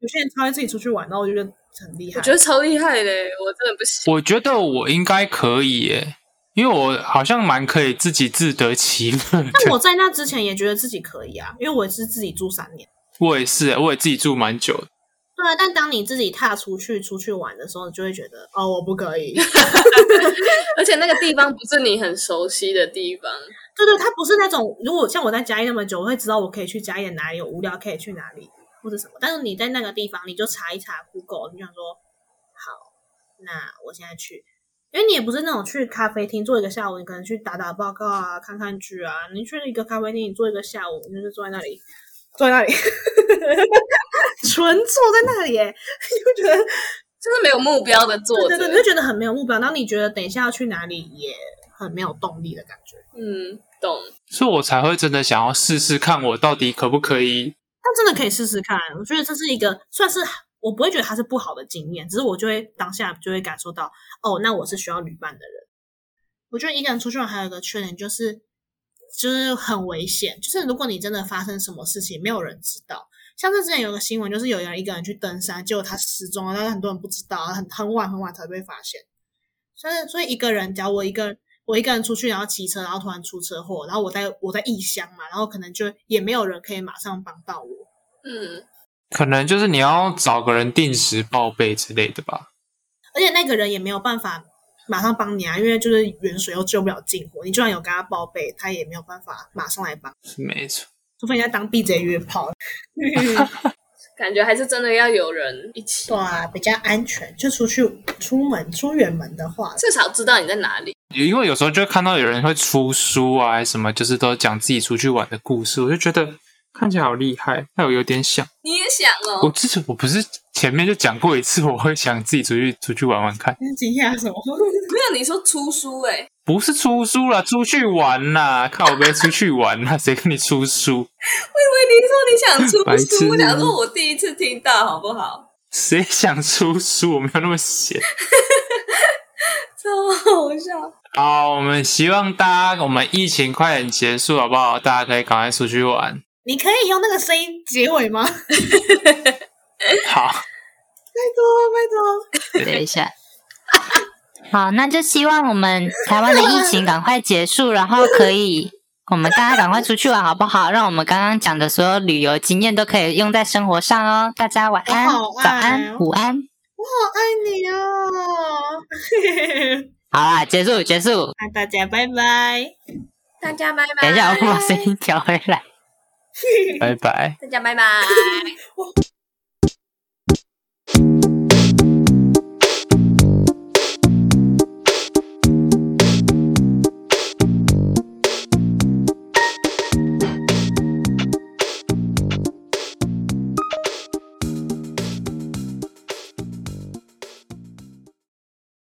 Speaker 2: 有些人超爱自己出去玩，然后我就觉得很厉害。
Speaker 3: 我觉得超厉害的，欸我真的不行。
Speaker 4: 我觉得我应该可以耶，因为我好像蛮可以自己自得其乐
Speaker 2: 但
Speaker 4: 的。
Speaker 2: 我在那之前也觉得自己可以啊，因为我也是自己住三年。
Speaker 4: 我也是耶，我也自己住蛮久的。
Speaker 2: 对啊，但当你自己踏出去出去玩的时候，你就会觉得哦，我不可以。
Speaker 3: 而且那个地方不是你很熟悉的地方，
Speaker 2: 对对，它不是那种如果像我在嘉义那么久，我会知道我可以去嘉义的哪里，我无聊可以去哪里或者什么。但是你在那个地方，你就查一查 Google，你就想说好，那我现在去，因为你也不是那种去咖啡厅做一个下午，你可能去打打报告啊、看看剧啊。你去一个咖啡厅，你做一个下午，你就是坐在那里，坐在那里， 纯坐在那里耶，你会觉得
Speaker 3: 就是没有目标的坐
Speaker 2: 对
Speaker 3: 着
Speaker 2: 对。对，你会觉得很没有目标，然后你觉得等一下要去哪里也很没有动力的感觉。
Speaker 3: 嗯，懂。
Speaker 4: 所以我才会真的想要试试看，我到底可不可以？
Speaker 2: 但真的可以试试看，我觉得这是一个算是我不会觉得它是不好的经验，只是我就会当下就会感受到，哦，那我是需要旅伴的人。我觉得一个人出去玩还有一个缺点就是，就是很危险，就是如果你真的发生什么事情，没有人知道。像这之前有个新闻，就是有人一个人去登山，结果他失踪了，但是很多人不知道，很很晚很晚才被发现。所以，所以一个人，假如我一个我一个人出去，然后骑车，然后突然出车祸，然后我在我在异乡嘛，然后可能就也没有人可以马上帮到我。
Speaker 3: 嗯，
Speaker 4: 可能就是你要找个人定时报备之类的吧。
Speaker 2: 而且那个人也没有办法马上帮你啊，因为就是远水又救不了近火，你就算有跟他报备，他也没有办法马上来帮。
Speaker 4: 是没错，
Speaker 2: 除非人家当地贼约炮，
Speaker 3: 感觉还是真的要有人一起
Speaker 2: 对，啊，比较安全。就出去出门出远门的话，
Speaker 3: 至少知道你在哪里。
Speaker 4: 因为有时候就看到有人会出书啊，还是什么，就是都讲自己出去玩的故事，我就觉得看起来好厉害，那我有点想。
Speaker 3: 你也想
Speaker 4: 我
Speaker 3: 哦，
Speaker 4: 之前我不是前面就讲过一次，我会想自己出去出去玩玩看，
Speaker 2: 你惊讶什么？
Speaker 3: 没有你说出书哎、
Speaker 4: 不是出书啦，出去玩啦，看我没出去玩啦，谁跟你出书？
Speaker 3: 我以为你说你
Speaker 4: 白
Speaker 3: 想出
Speaker 4: 痴
Speaker 3: 书，我想说我第一次听到，好不好？
Speaker 4: 谁想出书？我没有那么闲。
Speaker 3: 超好笑，
Speaker 4: 好，我们希望大家，我们疫情快点结束，好不好？大家可以赶快出去玩。
Speaker 2: 你可以用那个声音结尾吗？拜托，
Speaker 4: 好，
Speaker 2: 拜托。
Speaker 1: 等一下。好，那就希望我们台湾的疫情赶快结束，然后可以我们大家赶快出去玩，好不好？让我们刚刚讲的所有旅游经验都可以用在生活上哦。大家晚安、
Speaker 2: 我好爱
Speaker 1: 早安
Speaker 2: 哦、
Speaker 1: 午安。
Speaker 2: 我好爱 你啊哦！
Speaker 1: 好啦，结束结束。
Speaker 2: 那大家拜拜，
Speaker 3: 大家拜拜。
Speaker 1: 等一下，我把声音调回来。
Speaker 4: 拜拜。
Speaker 3: 大家拜拜。